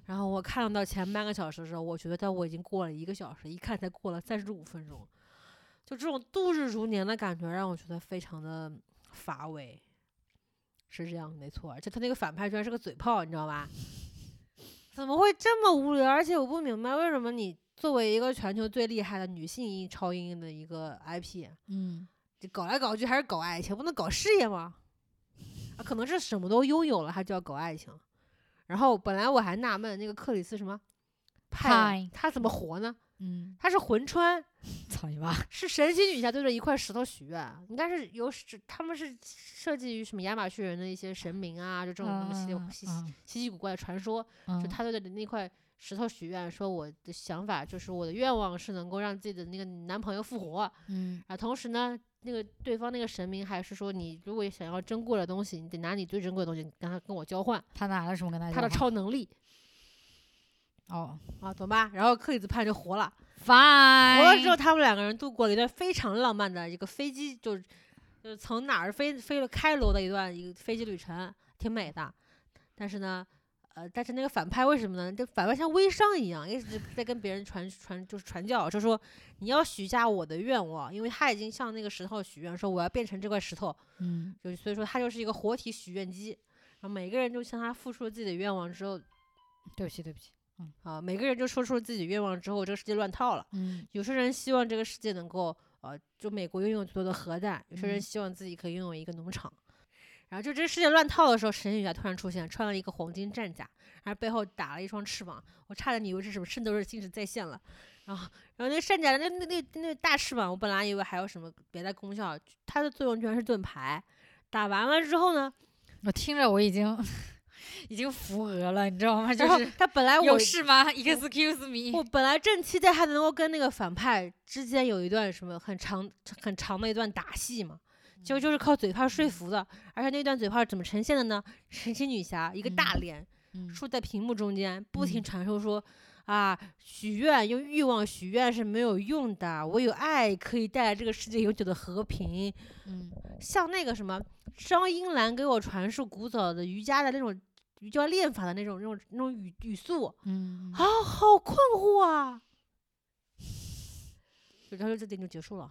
A: 然后我看到前半个小时的时候，我觉得我已经过了一个小时，一看才过了三十五分钟，就这种度日如年的感觉让我觉得非常的乏味，是这样没错。而且他那个反派居然是个嘴炮，你知道吧？怎么会这么无聊？而且我不明白为什么你作为一个全球最厉害的女性音超英的一个 IP，
B: 嗯，
A: 这搞来搞去还是搞爱情，不能搞事业吗？啊，可能是什么都拥有了，还叫搞爱情。然后本来我还纳闷那个克里斯什么派
B: Pine
A: 他怎么活呢？
B: 嗯，
A: 他是魂穿，
B: 操你妈！
A: 是神奇女侠对着一块石头许愿，应该是有是他们是设计于什么亚马逊人的一些神明啊，就这种什么稀里
B: 嗯
A: 稀奇稀奇古怪的传说，
B: 嗯
A: 就
B: 嗯
A: 他对着那块石头许愿，说我的想法就是我的愿望是能够让自己的那个男朋友复活
B: 嗯
A: 啊。同时呢，那个对方那个神明还是说，你如果想要珍贵的东西，你得拿你最珍贵的东西跟他跟我交换
B: 他拿了什么跟他
A: 他的
B: 交
A: 超能力
B: 换哦
A: 啊，懂吧？然后克里斯潘就活了，活
B: ，fine。
A: 了之后，他们两个人度过了一段非常浪漫的一个飞机，就是就是从哪儿飞飞了开罗的一段一个飞机旅程，挺美的。但是呢，呃，但是那个反派为什么呢？这反派像微商一样，一直在跟别人传传就是传教，就说你要许下我的愿望，因为他已经向那个石头许愿，说我要变成这块石头，
B: 嗯
A: 就所以说他就是一个活体许愿机。然后每个人就向他付出了自己的愿望之后，
B: 对不起，对不起。
A: 啊、每个人就说出了自己的愿望之后，这个世界乱套了。
B: 嗯
A: 有些人希望这个世界能够呃，就美国拥有最多的核弹，有些人
B: 嗯
A: 希望自己可以拥有一个农场。然后就这个世界乱套的时候，神奇女侠突然出现，穿了一个黄金战甲，然后背后打了一双翅膀，我差点以为是什么圣斗士星矢再现了。然后，然后那战甲的那那那那大翅膀，我本来以为还有什么别的功效，它的作用居然是盾牌。打完了之后呢，
B: 我听着我已经 已经扶额了，你知道吗？就
A: 然后
B: 是
A: 它本来
B: 有
A: 我
B: 事吗？Excuse me。
A: 我本来正期待他能够跟那个反派之间有一段什么很长很长的一段打戏嘛，结果就是靠嘴炮
B: 嗯
A: 说服的。而且那段嘴炮怎么呈现的呢？神奇女侠一个大脸
B: 嗯
A: 竖在屏幕中间，不停
B: 嗯
A: 传授说。啊，许愿用欲望许愿是没有用的，唯有爱可以带来这个世界永久的和平。
B: 嗯
A: 像那个什么张英兰给我传授古早的瑜伽的那种瑜伽练法的那种那种那种语语速，
B: 嗯
A: 啊，好困惑啊！就他说这电影就结束了，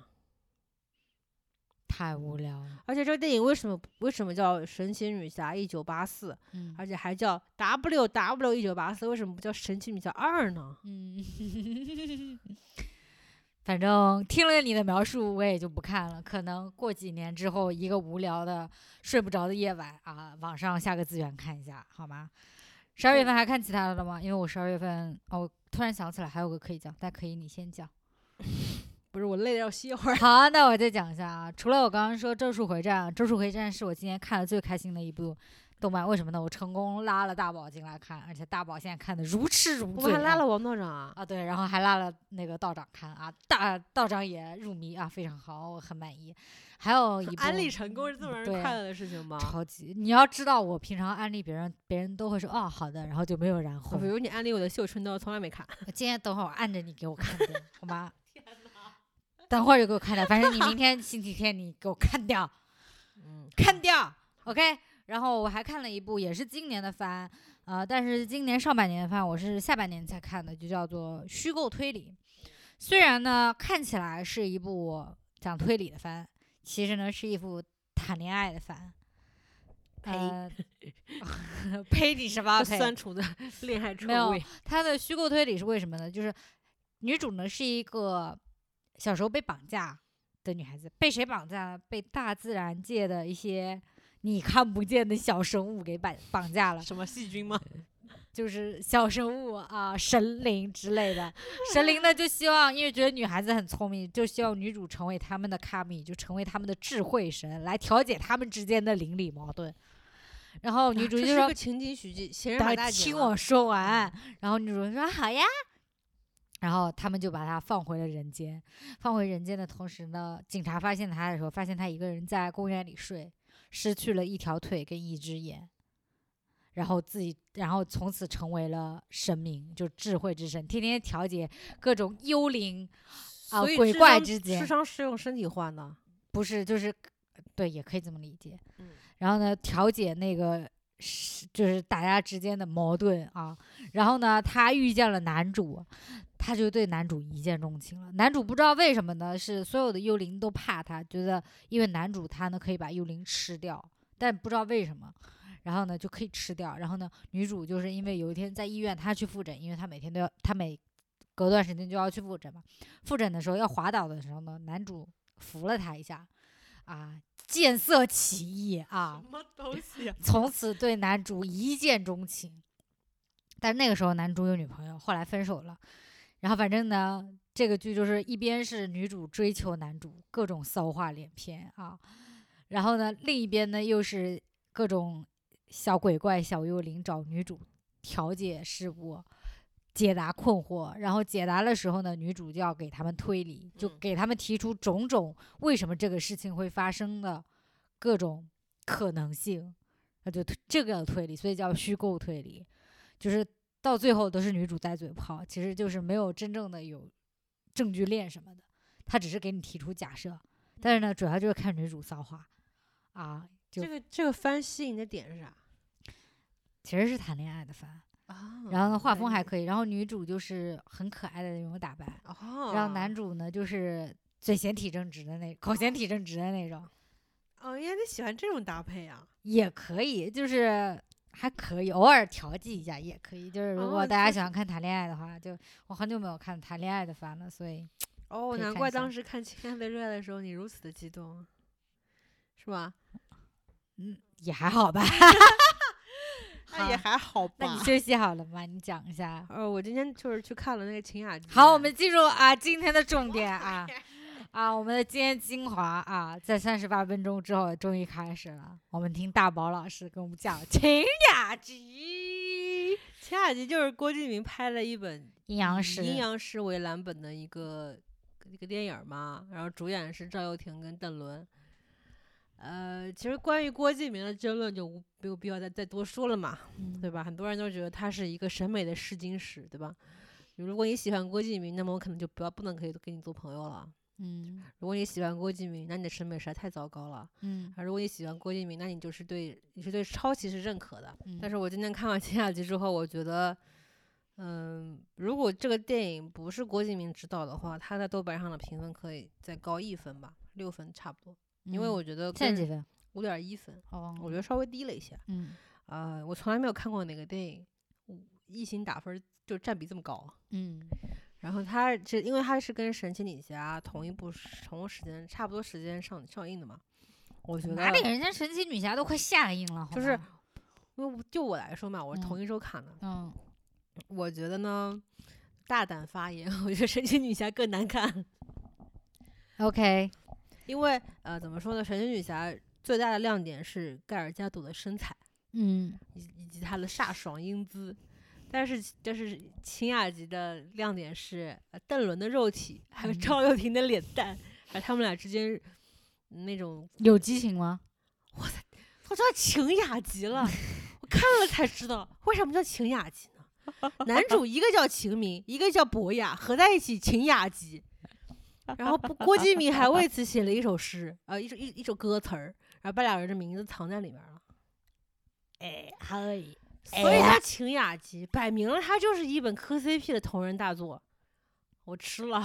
B: 太无聊了。
A: 而且这个电影为什么为什么叫《神奇女侠一九八四》，
B: 嗯
A: 而且还叫 W W 一九八四，为什么不叫《神奇女侠二》呢？
B: 嗯， 反正听了你的描述，我也就不看了。可能过几年之后，一个无聊的、睡不着的夜晚啊，网上下个资源看一下，好吗？十二月份还看其他的了吗？因为我十二月份哦，我突然想起来还有个可以讲，但可以你先讲。
A: 不是我累的要歇会儿。
B: 好，那我再讲一下啊。除了我刚刚说《咒术回战》，《咒术回战》是我今年看的最开心的一部动漫。为什么呢？我成功拉了大宝进来看，而且大宝现在看的如痴如
A: 我
B: 醉
A: 们
B: 啊。
A: 还拉了王道长啊，
B: 啊，对，然后还拉了那个道长看啊，大道长也入迷啊，非常好，我很满意。还有一部
A: 安利成啊功是这么让
B: 对
A: 人快乐的事情吗？
B: 超级，你要知道，我平常安利别人，别人都会说哦好的，然后就没有然后
A: 哦比。如你安利我的《绣春刀》，从来没看。
B: 我 今天等会儿我按着你给我看掉，好吗？等会儿就给我看掉，反正你明天星期天你给我看掉，
A: 嗯，
B: 看掉，OK。然后我还看了一部，也是今年的番，呃，但是今年上半年的番我是下半年才看的，就叫做《虚构推理》。虽然呢看起来是一部讲推理的番，其实呢是一部谈恋爱的番。
A: 呸
B: 呃， 呸！你什么
A: 这
B: 呸？
A: 哎酸楚的恋爱臭
B: 没有
A: 味。
B: 他的虚构推理是为什么呢？就是女主呢是一个小时候被绑架的女孩子，被谁绑架呢？被大自然界的一些你看不见的小生物给绑绑架了，
A: 什么细菌吗？
B: 就是小生物啊、神灵之类的。神灵呢就希望，因为觉得女孩子很聪明，就希望女主成为他们的卡米，就成为他们的智慧神，来调解他们之间的邻里矛盾。然后女主
A: 这
B: 就是说
A: 个情景喜剧，闲人
B: 等
A: 马大姐嗯
B: 听
A: 嘛
B: 我说完，然后女主人说好呀，然后他们就把她放回了人间。放回人间的同时呢，警察发现她的时候，发现她一个人在公园里睡，失去了一条腿跟一只眼，然后自己，然后从此成为了神明，就智慧之神，天天调解各种幽灵，啊
A: 所以
B: 鬼
A: 智
B: 怪
A: 商
B: 之间
A: 智商是用身体换 的。
B: 不是就是，对，也可以这么理解。
A: 嗯
B: 然后呢，调解那个是就是大家之间的矛盾啊。然后呢，她遇见了男主，她就对男主一见钟情了。男主不知道为什么呢，是所有的幽灵都怕他，觉得因为男主他呢可以把幽灵吃掉，但不知道为什么。然后呢，就可以吃掉。然后呢，女主就是因为有一天在医院，她去复诊，因为她每天都要，她每隔段时间就要去复诊嘛。复诊的时候要滑倒的时候呢，男主扶了她一下，啊，见色起意啊，
A: 么东西、啊？
B: 从此对男主一见钟情。但那个时候男主有女朋友，后来分手了。然后反正呢，这个剧就是一边是女主追求男主，各种骚话连篇啊，然后呢，另一边呢又是各种小鬼怪、小幽灵找女主调解事务。解答困惑，然后解答的时候呢，女主就要给他们推理，就
A: 嗯
B: 给他们提出种种为什么这个事情会发生的各种可能性，那就推这个推理，所以叫虚构推理，就是到最后都是女主带嘴炮，其实就是没有真正的有证据链什么的，她只是给你提出假设，但是呢，主要就是看女主造化啊，就
A: 这个这个番吸引的点是啥
B: 其实是谈恋爱的番，
A: 啊
B: 然后呢，画风还
A: 以。
B: 可以，然后女主就是很可爱的那种打扮，
A: 哦，
B: 让男主呢就是嘴嫌体正直的那口嫌体正直的那种，
A: 哦，原来你喜欢这种搭配啊！
B: 也可以，就是还可以，偶尔调剂一下也可以。就是如果
A: 哦
B: 大家
A: 就
B: 喜欢看谈恋爱的话，就我很久没有看谈恋爱的番了，所以可
A: 哦，
B: 以
A: 难
B: 看
A: 怪
B: 一下
A: 当时看《亲爱的热爱》的时候你如此的激动啊，是吧？
B: 嗯也还好吧。
A: 那也
B: 好
A: 还好吧。
B: 那你休息好了吗？你讲 一下。
A: 呃，我今天就是去看了那个秦雅集。
B: 好，我们进入啊今天的重点 啊 啊，我们的今天精华啊，在三十八分钟之后终于开始了。我们听大宝老师给我们讲《秦雅集》
A: 秦雅集就是郭敬明拍了一本
B: 阴阳
A: 以
B: 师，
A: 嗯阴阳师为蓝本的一个一个电影儿嘛，然后主演是赵又廷跟邓伦。呃，其实关于郭敬明的争论就无没有必要再再多说了嘛，
B: 嗯
A: 对吧？很多人都觉得他是一个审美的试金石，对吧？如果你喜欢郭敬明，那么我可能就不要不能可以跟你做朋友了。
B: 嗯
A: 如果你喜欢郭敬明，那你的审美实在太糟糕了。
B: 嗯
A: 啊，如果你喜欢郭敬明，那你就是对你是对抄袭是认可的。
B: 嗯，
A: 但
B: 是
A: 是我今天看完《秦雅集》之后，我觉得，嗯，如果这个电影不是郭敬明执导的话，他在豆瓣上的评分可以再高一分吧，六分差不多。因为我觉得
B: 嗯现在几分？
A: 五点一分，
B: 哦，
A: 我觉得稍微低了一些。
B: 嗯
A: 呃，我从来没有看过哪个电影，一星打分儿就占比这么高。
B: 嗯
A: 然后它这，因为它是跟《神奇女侠》同一部时、同时间、差不多时间上上映的嘛，我觉得
B: 哪里人家神奇女侠都快下映了，好
A: 就是
B: 吧
A: 因为我就我来说嘛，我是同一周看的，
B: 嗯，
A: 我觉得呢，大胆发言， 我觉得神奇女侠更难看，
B: 嗯 OK，
A: 因为呃，怎么说呢，神奇女侠最大的亮点是盖尔加朵的身材，
B: 嗯，
A: 以以及她的飒爽英姿，但是但是秦雅集的亮点是呃邓伦的肉体，还有
B: 嗯
A: 赵又廷的脸蛋，还有他们俩之间嗯那种，
B: 有激情吗？
A: 我叫秦雅集了，我看了才知道为什么叫秦雅集呢？男主一个叫秦明，一个叫博雅，合在一起秦雅集。然后不郭敬明还为此写了一首诗，呃，一首一一首歌词儿，然后把俩人的名字藏在里面了。
B: 哎，可以，
A: 所以
B: 哎呀
A: 他秦雅集摆明了他就是一本磕 CP 的同人大作，我吃了。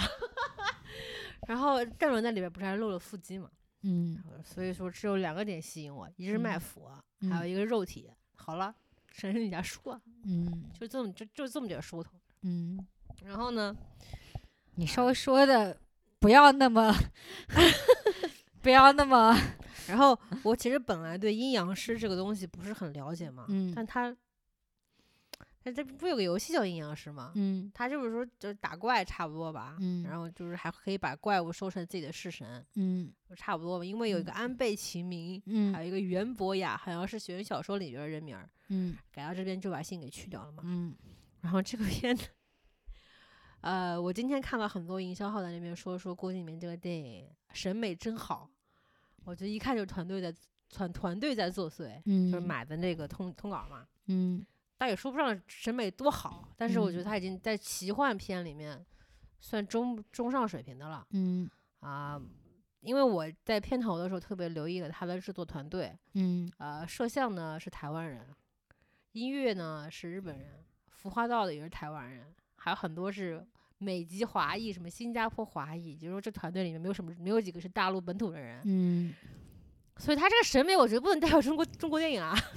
A: 然后邓伦在里边不是还露了腹肌嘛，
B: 嗯
A: 所以说只有两个点吸引我，一是卖
B: 嗯
A: 腐，还有
B: 嗯
A: 一个肉体，好了，神是你家书啊，
B: 嗯
A: 就这么就就这么点书头。
B: 嗯，
A: 然后呢，
B: 你稍微说的不要那 么，不要那么，
A: 然后我其实本来对阴阳师这个东西不是很了解嘛，
B: 嗯
A: 但他，他这不有个游戏叫阴阳师吗？
B: 嗯
A: 他就是说就是打怪差不多吧，
B: 嗯
A: 然后就是还可以把怪物收成自己的式神，
B: 嗯
A: 就差不多吧。因为有一个
B: 嗯
A: 安倍晴明，还
B: 嗯
A: 有一个袁博雅，好像是学小说里边的人名儿，
B: 嗯
A: 改到这边就把姓给去掉了嘛。
B: 嗯
A: 然后这个片子，呃，我今天看到很多营销号在那边说说郭敬明这个电影审美真好，我觉得一看就是团队在团团队在作祟，
B: 嗯，
A: 就是买的那个通通稿嘛，
B: 嗯
A: 但也说不上审美多好，但是我觉得
B: 嗯
A: 他已经在奇幻片里面算中中上水平的了
B: 嗯
A: 啊、因为我在片头的时候特别留意了他的制作团队，
B: 嗯
A: 呃，摄像呢是台湾人，音乐呢是日本人，服化道的也是台湾人，还有很多是美籍华裔，什么新加坡华裔，就是说这团队里面没有什么没有几个是大陆本土的人，
B: 嗯
A: 所以他这个审美我觉得不能代表中国中国电影啊。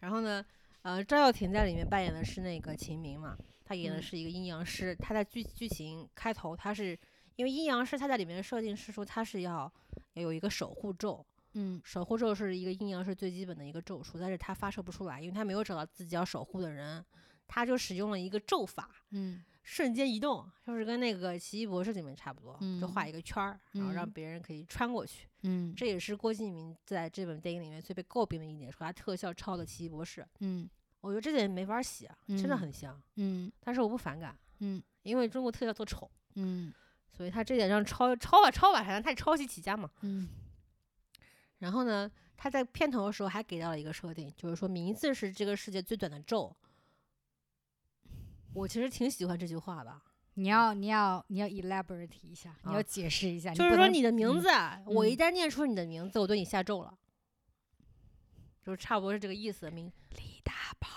A: 然后呢，呃，赵又廷在里面扮演的是那个秦明嘛，他演的
B: 嗯
A: 是一个阴阳师，他在剧剧情开头他是。因为阴阳师，他在里面的设定是说他是要有一个守护咒，
B: 嗯
A: 守护咒是一个阴阳师最基本的一个咒术，但是他发射不出来，因为他没有找到自己要守护的人，他就使用了一个咒法，
B: 嗯
A: 瞬间移动，就是跟那个奇异博士里面差不多，就画
B: 嗯
A: 一个圈儿，然后让
B: 嗯
A: 别人可以穿过去。
B: 嗯
A: 这也是郭敬明在这本电影里面最被诟病的一点，说他特效抄的奇异博士，
B: 嗯
A: 我觉得这点没法洗啊，真的
B: 嗯
A: 很像，
B: 嗯
A: 但是我不反感，
B: 嗯
A: 因为中国特效做丑，
B: 嗯
A: 所以他这点上抄抄吧抄吧，反正他抄袭起家嘛。
B: 嗯
A: 然后呢，他在片头的时候还给到了一个设定，就是说名字是这个世界最短的咒。我其实挺喜欢这句话的，
B: 你要你要你要 elaborate 一下，你
A: 啊
B: 要解释一下，
A: 就
B: 不
A: 是说
B: 能
A: 你的名
B: 嗯
A: 字啊，我一
B: 嗯
A: 旦念出你的名字，我对你下咒了，就是差不多是这个意思。名
B: 李大宝，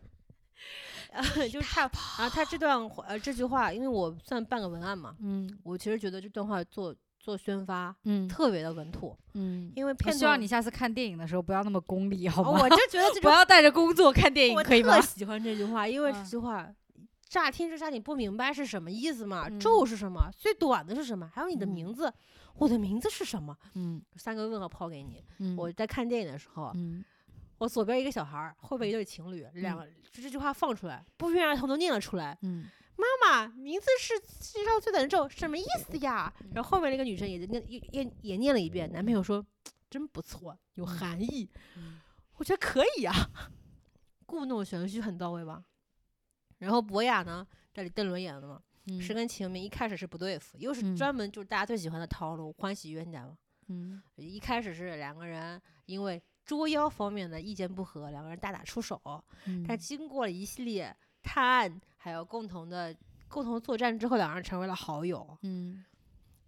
A: 呃，就差不然后他这段话呃这句话，因为我算半个文案嘛，
B: 嗯
A: 我其实觉得这段话做做宣发
B: 嗯
A: 特别的稳妥，
B: 嗯，
A: 因为
B: 我
A: 片
B: 希望
A: 头
B: 你下次看电影的时候不要那么功利，好
A: 哦
B: 吗？
A: 我就觉得这句
B: 不要带着工作看电影，
A: 我
B: 可以吗
A: 特？喜欢这句话，因为这
B: 嗯
A: 句话乍听之下你不明白是什么意思嘛，
B: 嗯
A: 咒是什么，最短的是什么，还有你的
B: 嗯
A: 名字，我的名字是什么，
B: 嗯
A: 三个问号抛给你。
B: 嗯
A: 我在看电影的时候，
B: 嗯
A: 我左边一个小孩儿，后边一对情侣，两个这这句话放出来，不约而同都念了出来。
B: 嗯
A: 妈妈，名字是世界上最短的咒，什么意思呀？然后后面那个女生也念也也也念了一遍，男朋友说真不错，有含义，
B: 嗯
A: 我觉得可以啊，故弄玄虚很到位吧。然后博雅呢，这里邓伦演的嘛，
B: 嗯
A: 是跟秦明一开始是不对付，又是
B: 嗯
A: 专门就是大家最喜欢的套路，欢喜冤家嘛。
B: 嗯
A: 一开始是两个人因为捉妖方面的意见不合，两个人大打出手，
B: 嗯
A: 但经过了一系列探案，还有共同的共同作战之后，两个人成为了好友。
B: 嗯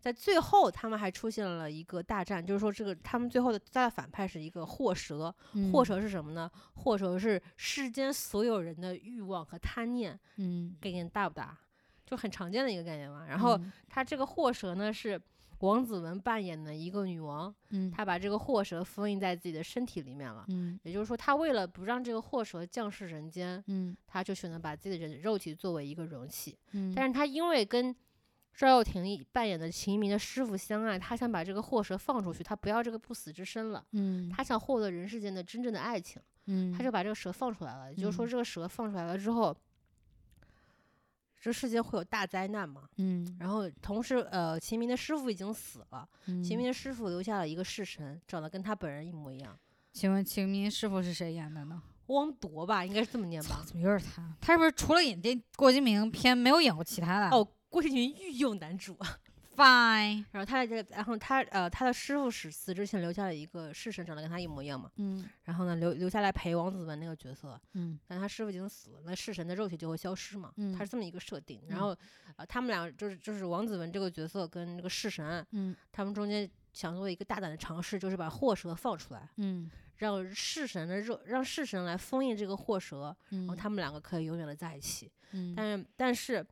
A: 在最后，他们还出现了一个大战，就是说这个他们最后的他的反派是一个祸蛇，
B: 嗯
A: 祸蛇是什么呢？祸蛇是世间所有人的欲望和贪念，
B: 嗯，
A: 概念大不大？就很常见的一个概念嘛。然后
B: 嗯
A: 他这个祸蛇呢是王子文扮演的一个女王，
B: 嗯
A: 她把这个祸蛇封印在自己的身体里面了。
B: 嗯
A: 也就是说，她为了不让这个祸蛇降世人间，
B: 嗯
A: 她就选择把自己的人肉体作为一个容器。
B: 嗯，
A: 但
B: 是
A: 是她因为跟赵又廷扮演的秦明的师傅相爱，她想把这个祸蛇放出去，她不要这个不死之身了。
B: 嗯
A: 她想获得人世间的真正的爱情，
B: 嗯
A: 她就把这个蛇放出来了。也就是说，
B: 嗯
A: 这个蛇放出来了之后，这世界会有大灾难嘛？
B: 嗯
A: 然后同时，呃，秦明的师傅已经死了，
B: 嗯
A: 秦明的师傅留下了一个式神，长得跟他本人一模一样，
B: 请问秦明是否是谁演的呢？
A: 汪铎吧，应该是这么念吧？
B: 怎么又是他？他是不是除了演电郭敬明片没有演过其他的？
A: 哦，郭敬明御用男主。
B: ，fine，
A: 然后他在这，然后他呃，他的师傅死死之前留下了一个式神，长得跟他一模一样嘛。
B: 嗯
A: 然后呢，留留下来陪王子文那个角色，
B: 嗯
A: 但他师傅已经死了，那式神的肉体就会消失嘛，
B: 嗯
A: 他是这么一个设定。然
B: 嗯
A: 后呃，他们俩就是就是王子文这个角色跟这个式神，
B: 嗯
A: 他们中间想做一个大胆的尝试，就是把祸蛇放出来，
B: 嗯
A: 让式神的肉让式神来封印这个祸蛇，然后
B: 嗯，
A: 他们两个可以永远的在一起。
B: 嗯
A: 但是但是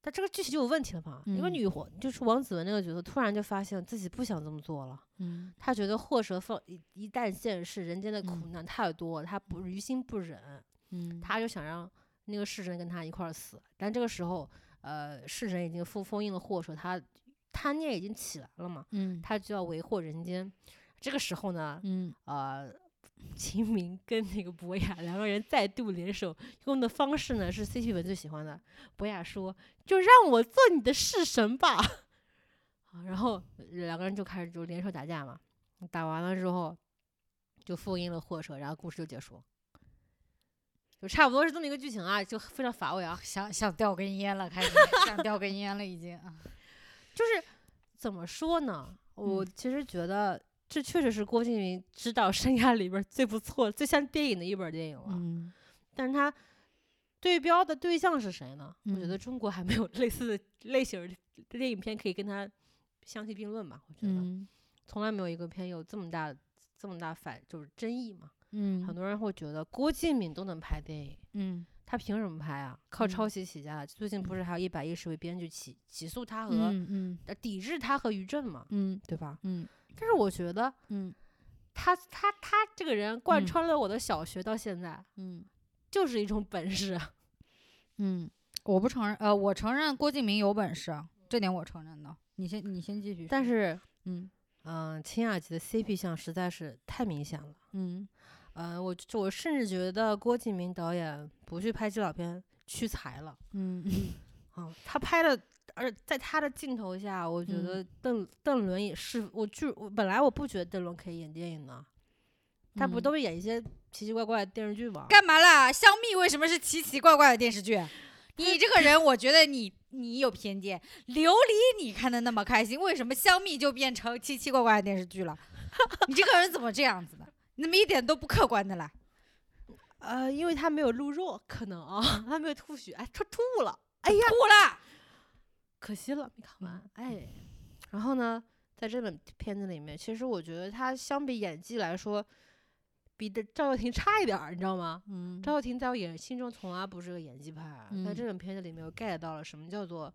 A: 但这个剧情就有问题了嘛？因为
B: 嗯
A: 女皇就是王子文那个角色，突然就发现自己不想这么做了。
B: 嗯
A: 他觉得祸蛇放一一旦现世，人间的苦
B: 嗯
A: 难太多，他不于心不忍，
B: 嗯，
A: 他就想让那个世人跟他一块儿死。但这个时候，呃，世人已经封封印了祸蛇，他贪念已经起来了嘛，
B: 嗯
A: 他就要为祸人间。这个时候呢，
B: 嗯
A: 呃，秦明跟那个博雅两个人再度联手，用的方式呢是 CP 文最喜欢的。博雅说：“就让我做你的式神吧。”啊，然后两个人就开始就联手打架嘛。打完了之后，就封印了货车，然后故事就结束。就差不多是这么一个剧情啊，就非常乏味啊。
B: 想想掉根烟了， 开始想掉根烟了，已经啊，
A: 就是怎么说呢？我
B: 嗯
A: 其实觉得这确实是郭敬明执导生涯里边儿最不错、最像电影的一本儿电影了。
B: 嗯
A: 但是它对标的对象是谁呢？我觉
B: 嗯
A: 得中国还没有 类似的类型儿的电影片可以跟它相提并论吧。我觉得、
B: 嗯
A: 从来没有一个片有这么大这么大反就是争议嘛。很
B: 嗯
A: 多人会觉得郭敬明都能拍电影，
B: 嗯
A: 他凭什么拍啊？靠
B: 嗯
A: 抄袭起家的。最近不是还有一百一十位编剧起起诉他和、
B: 嗯
A: 呃抵制他和于正嘛，
B: 嗯
A: 对吧？
B: 嗯
A: 但是我觉得
B: 嗯
A: 他他他这个人贯
B: 嗯
A: 穿了我的小学到现在，
B: 嗯
A: 就是一种本事啊。
B: 嗯，我不承认，呃，我承认郭敬明有本事，这点我承认的。你先你先继续说，
A: 但是
B: 嗯
A: 嗯，秦雅集的 CP 相实在是太明显了。
B: 嗯
A: 嗯，我就我甚至觉得郭敬明导演不去拍纪录片屈才了
B: 嗯
A: 啊、他拍的，而在他的镜头下，我觉
B: 嗯
A: 得邓、邓伦也是，我就我本来我不觉得邓伦可以演电影的，他不
B: 嗯
A: 都是演一些奇奇怪怪的电视剧吗？
B: 干嘛啦？香蜜为什么是奇奇怪怪的电视剧？你这个人，我觉得你你有偏见。琉璃你看的那么开心，为什么香蜜就变成奇奇怪怪的电视剧了？ 你这个人怎么这样子的？你怎么一点都不客观的啦？
A: 呃，因为他没有露肉，可能 啊，他没有吐血，哎，他吐了，
B: 哎呀，吐了！
A: 可惜了，没看
B: 嗯
A: 完，哎。然后呢，在这本片子里面，其实我觉得他相比演技来说，比的赵又廷差一点儿，你知道吗？
B: 嗯
A: 赵又廷在我眼心中从来不是个演技派啊，在
B: 嗯
A: 这本片子里面，我 get 到了什么叫做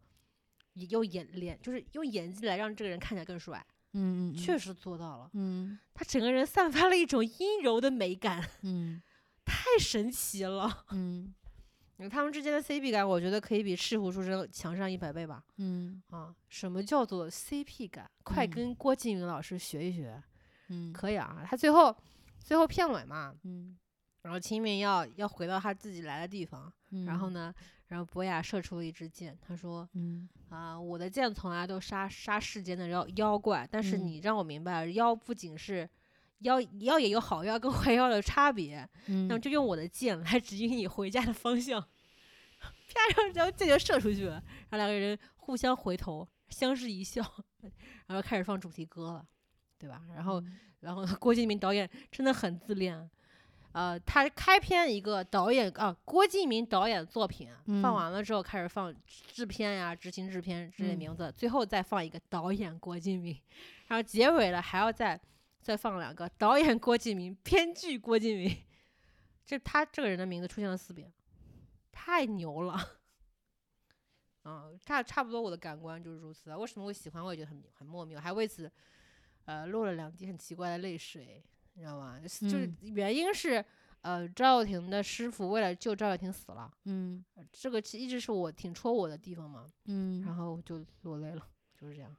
A: 以用演脸，就是用演技来让这个人看起来更帅，
B: 嗯
A: 确实做到了。
B: 嗯
A: 他整个人散发了一种阴柔的美感，
B: 嗯
A: 太神奇 了。
B: 嗯
A: 他们之间的 CP 感，我觉得可以比《赤狐书生》强上一百倍吧。
B: 嗯
A: 啊，什么叫做 CP 感？快
B: 嗯
A: 跟郭敬明老师学一学，
B: 嗯
A: 可以啊。他最后最后片尾嘛，
B: 嗯
A: 然后秦明要要回到他自己来的地方，
B: 嗯
A: 然后？呢，然后博雅射出了一支箭，他说
B: 嗯
A: 啊，我的剑从来都杀杀世间的妖妖怪，但是
B: 嗯
A: 你让我明白了，妖不仅是。妖妖也有好妖跟坏妖的差别，
B: 嗯
A: 那么就用我的剑来指引你回家的方向， 啪，然后然后箭就射出去了，然后两个人互相回头，相视一笑，然后开始放主题歌了，对吧？然后，然后郭敬明导演真的很自恋，呃，他开篇一个导演啊，郭敬明导演作品啊放
B: 嗯
A: 完了之后，开始放制片呀、执行制片之类
B: 嗯
A: 名字，最后再放一个导演郭敬明，然后结尾了还要再再放两个导演郭敬明、 编剧郭敬明，这他这个人的名字出现了四遍，太牛了。 嗯，差差不多我的感官就是如此啊。为什么会喜欢？我也觉得很很莫名，我还为此，呃，落了两滴很奇怪的泪水，你知道吗？就是就是
B: 嗯
A: 原因是，呃，赵又廷的师傅为了救赵又廷死了，
B: 嗯
A: 呃这个其实一直是我挺戳我的地方嘛，然
B: 嗯，
A: 后就落泪了，就是这样。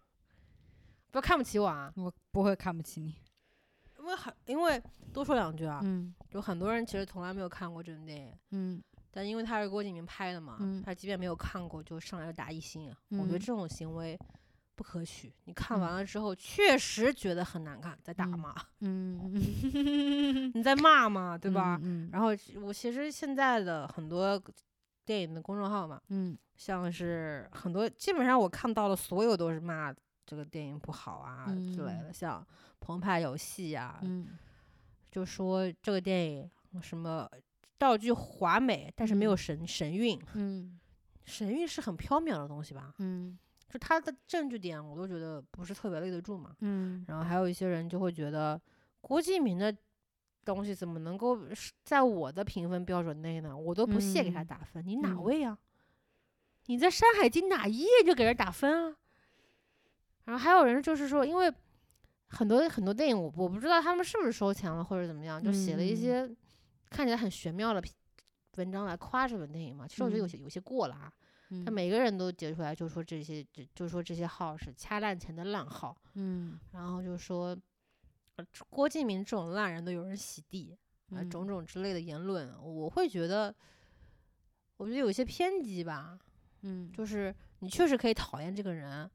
A: 不要看不起我啊，
B: 我不会看不起你。
A: 因为很因为多说两句啊，
B: 嗯
A: 有很多人其实从来没有看过这部电影，
B: 嗯
A: 但因为他是郭敬明拍的嘛，
B: 嗯
A: 他即便没有看过，就上来就打一星啊，我觉得
B: 嗯
A: 这种行为不可取。你看
B: 嗯
A: 完了之后，确实觉得很难看，在打
B: 嗯
A: 骂，
B: 嗯，
A: 你在骂嘛，对
B: 对
A: 吧？
B: 嗯
A: 然后我其实现在的很多电影的公众号嘛，
B: 嗯
A: 像是很多基本上我看到的所有都是骂这个电影不好啊之类
B: 嗯
A: 的，像澎湃游戏呀、
B: 嗯
A: 就说这个电影什么道具华美，但是没有
B: 嗯
A: 神神韵。
B: 嗯
A: 神韵是很缥缈的东西吧？
B: 嗯
A: 就它的证据点，我都觉得不是特别立得住嘛。
B: 嗯
A: 然后还有一些人就会觉得郭敬明的东西怎么能够是在我的评分标准内呢？我都不屑给他
B: 嗯
A: 打分，你哪
B: 嗯
A: 位啊？你在《山海经》哪一页就给人打分啊？然后还有人就是说，因为很多很多电影我我不知道他们是不是收钱了或者怎么样，就写了一
B: 嗯
A: 些看起来很玄妙的评文章来夸这本电影嘛。其实我觉得有
B: 嗯
A: 些有些过了啊。
B: 嗯
A: 他每个人都截出来，就说这些，就就说这些号是掐烂钱的烂号，
B: 嗯
A: 然后就说呃郭敬明这种烂人都有人洗地啊、
B: 嗯
A: 种种之类的言论，我会觉得，我觉得有一些偏激吧，
B: 嗯
A: 就是你确实可以讨厌这个人，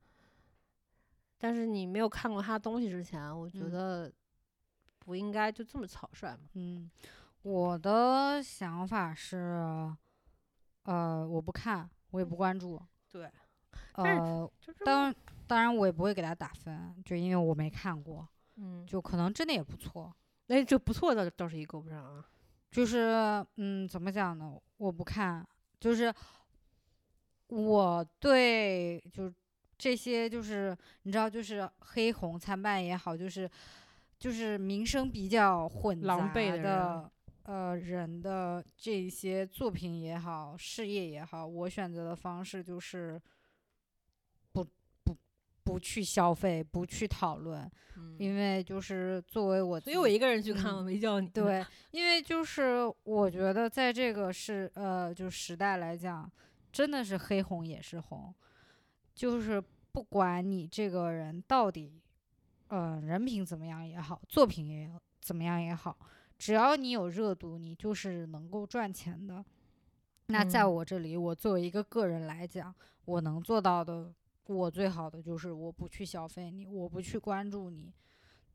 A: 但是你没有看过他的东西之前，我觉
B: 嗯
A: 得不应该就这么草率嘛。
B: 嗯，我的想法是，呃，我不看，我也不关注，
A: 对，但是
B: 呃，
A: 就是
B: 当当然我也不会给他打分，就因为我没看过，
A: 嗯，
B: 就可能真的也不错，
A: 哎，这不错倒倒是一够不上啊。
B: 就是嗯，怎么讲呢？我不看，就是我对就这些就是你知道，就是黑红参半也好，就是就是名声比较混杂
A: 狼狈的人
B: 的呃人的这些作品也好，事业也好，我选择的方式就是不不不去消费，不去讨论，
A: 嗯，
B: 因为就是作为我自
A: 所
B: 己，
A: 以我一个人去看，
B: 嗯
A: 我没叫你。，
B: 对，因为就是我觉得在这个是呃，就是时代来讲，真的是黑红也是红，就是不管你这个人到底，呃，人品怎么样也好，作品也怎么样也好，只要你有热度，你就是能够赚钱的。那在
A: 嗯
B: 我这里，我作为一个个人来讲，我能做到的，我最好的就是我不去消费你，我不去关注你，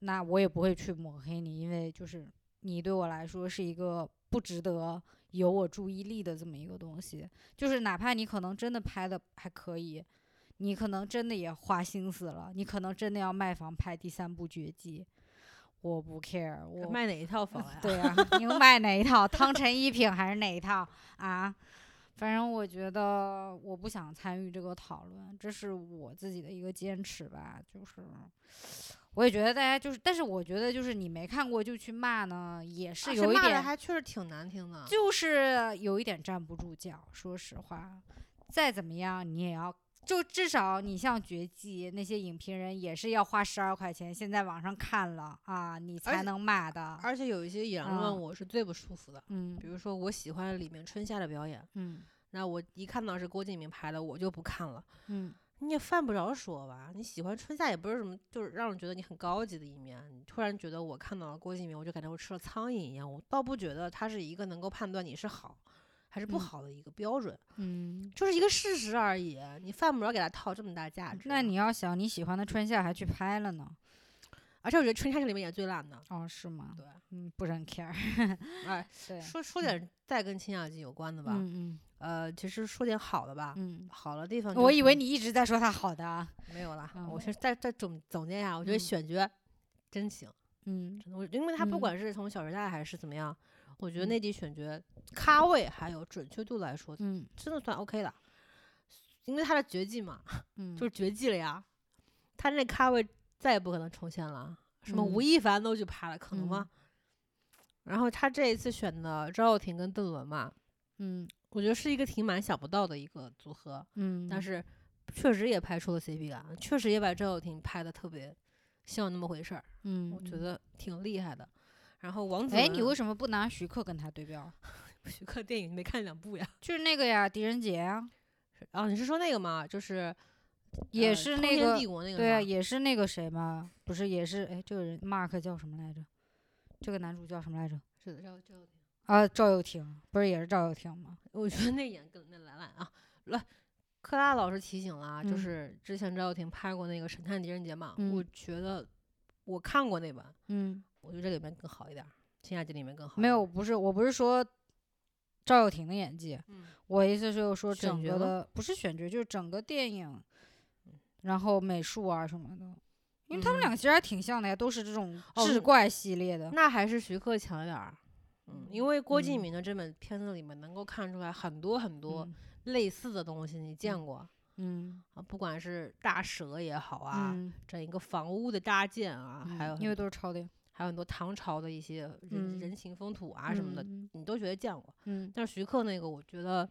B: 那我也不会去抹黑你，因为就是你对我来说是一个不值得有我注意力的这么一个东西。就是哪怕你可能真的拍的还可以，你可能真的也花心思了，你可能真的要卖房拍第三部绝技，我不 care，我
A: 卖哪一套房 呀？
B: 对啊，你们买哪一套？汤臣一品还是哪一套啊？反正我觉得我不想参与这个讨论，这是我自己的一个坚持吧。就是，我也觉得大家就是，但是我觉得就是你没看过就去骂呢，也
A: 啊是
B: 有一点，
A: 还确实挺难听的。
B: 就是有一点站不住脚。说实话，再怎么样你也要。就至少你像绝技那些影评人也是要花十二块钱，现在网上看了啊，你
A: 而且
B: 才能骂的。
A: 而且有一些言论
B: 嗯
A: 我是最不舒服的，
B: 嗯
A: 比如说我喜欢里面春夏的表演，
B: 嗯
A: 那我一看到是郭敬明拍的，我就不看了。
B: 嗯，
A: 你也犯不着说吧，你喜欢春夏也不是什么，就是让人觉得你很高级的一面。你突然觉得我看到了郭敬明，我就感觉我吃了苍蝇一样，我倒不觉得他是一个能够判断你是好还是不
B: 嗯
A: 好的一个标准，
B: 嗯，
A: 就是一个事实而已。你犯不着给他套这么大价值。啊
B: 那你，要想你喜欢的春夏还去拍了呢？
A: 而且我觉得春夏这里面演最烂的，
B: 哦，是吗？
A: 对，
B: 嗯，不是很 care。
A: 哎，
B: 对，
A: 说说点再跟清雅集有关的吧。
B: 嗯
A: 呃，其实说点好的吧，
B: 嗯
A: 好的地方
B: 嗯，
A: 就
B: 我以为
A: 是
B: 你一直在说他好 的啊。
A: 没有了。
B: 嗯
A: 我是再再总总结一下，我觉得
B: 嗯
A: 选角真行，
B: 嗯
A: 真的，我因为他不
B: 嗯
A: 管是从《小时代》还是怎么样，我觉得
B: 嗯
A: 内地选角咖位还有准确度来说，
B: 嗯
A: 真的算 OK 的。因为他的绝技嘛，
B: 嗯，
A: 就是绝技了呀，他那咖位再也不可能重现了。什么吴
B: 嗯
A: 亦凡都去拍了，可能吗？然后他这一次选的赵又廷跟邓伦嘛，
B: 嗯
A: 我觉得是一个挺蛮想不到的一个组合。
B: 嗯，
A: 但是确实也拍出了 CP 感，确实也把赵又廷拍的特别像那么回事儿，
B: 嗯，
A: 我觉
B: 嗯。
A: 得挺厉害的。然后王子文，
B: 哎，你为什么不拿徐克跟他对标？
A: 徐克电影你没看两部呀？
B: 就是那个呀，狄仁杰啊，
A: 啊，你是说那个吗？就是
B: 也
A: 呃
B: 是
A: 通
B: 那
A: 天
B: 个
A: 帝，国那个
B: 对啊，
A: 是吧
B: 也是那个谁嘛，不是也是哎，这个人 Mark 叫什么来着？这个男主叫什么来着？
A: 是的，赵赵又廷，
B: 啊，赵又廷，不是也是赵又廷吗？
A: 我觉得那演更那兰兰啊，来。克拉老师提醒了啊，就
B: 嗯
A: 是之前赵又廷拍过那个《神探狄仁杰》嘛，
B: 嗯
A: 我觉得我看过那版，
B: 嗯，
A: 我觉得这里面更好一点儿，《新亚集》里面更好。
B: 没有，，不是，我不是说赵又廷的演技，
A: 嗯，
B: 我意思就是说
A: 选
B: 整
A: 角
B: 个
A: 吗嗯
B: 的不是选角，就是整个电影，然后美术啊什么的，因为他们两个其实还挺像的呀，都是这种
A: 哦嗯
B: 志怪系列的。
A: 那还是徐克强一点儿。嗯，因为郭敬
B: 嗯
A: 明的这本片子里面能够看出来很多很多
B: 嗯
A: 类似的东西，你见
B: 嗯
A: 过
B: 嗯
A: 啊？不管是大蛇也好啊，
B: 嗯
A: 整一个房屋的搭建啊，还有
B: 因为
A: 很
B: 都是抄的呀
A: 还有很多唐朝的一些人、
B: 嗯
A: 人情风土啊什么的，
B: 嗯
A: 你都觉得见过。
B: 嗯
A: 但是徐克那个，我觉得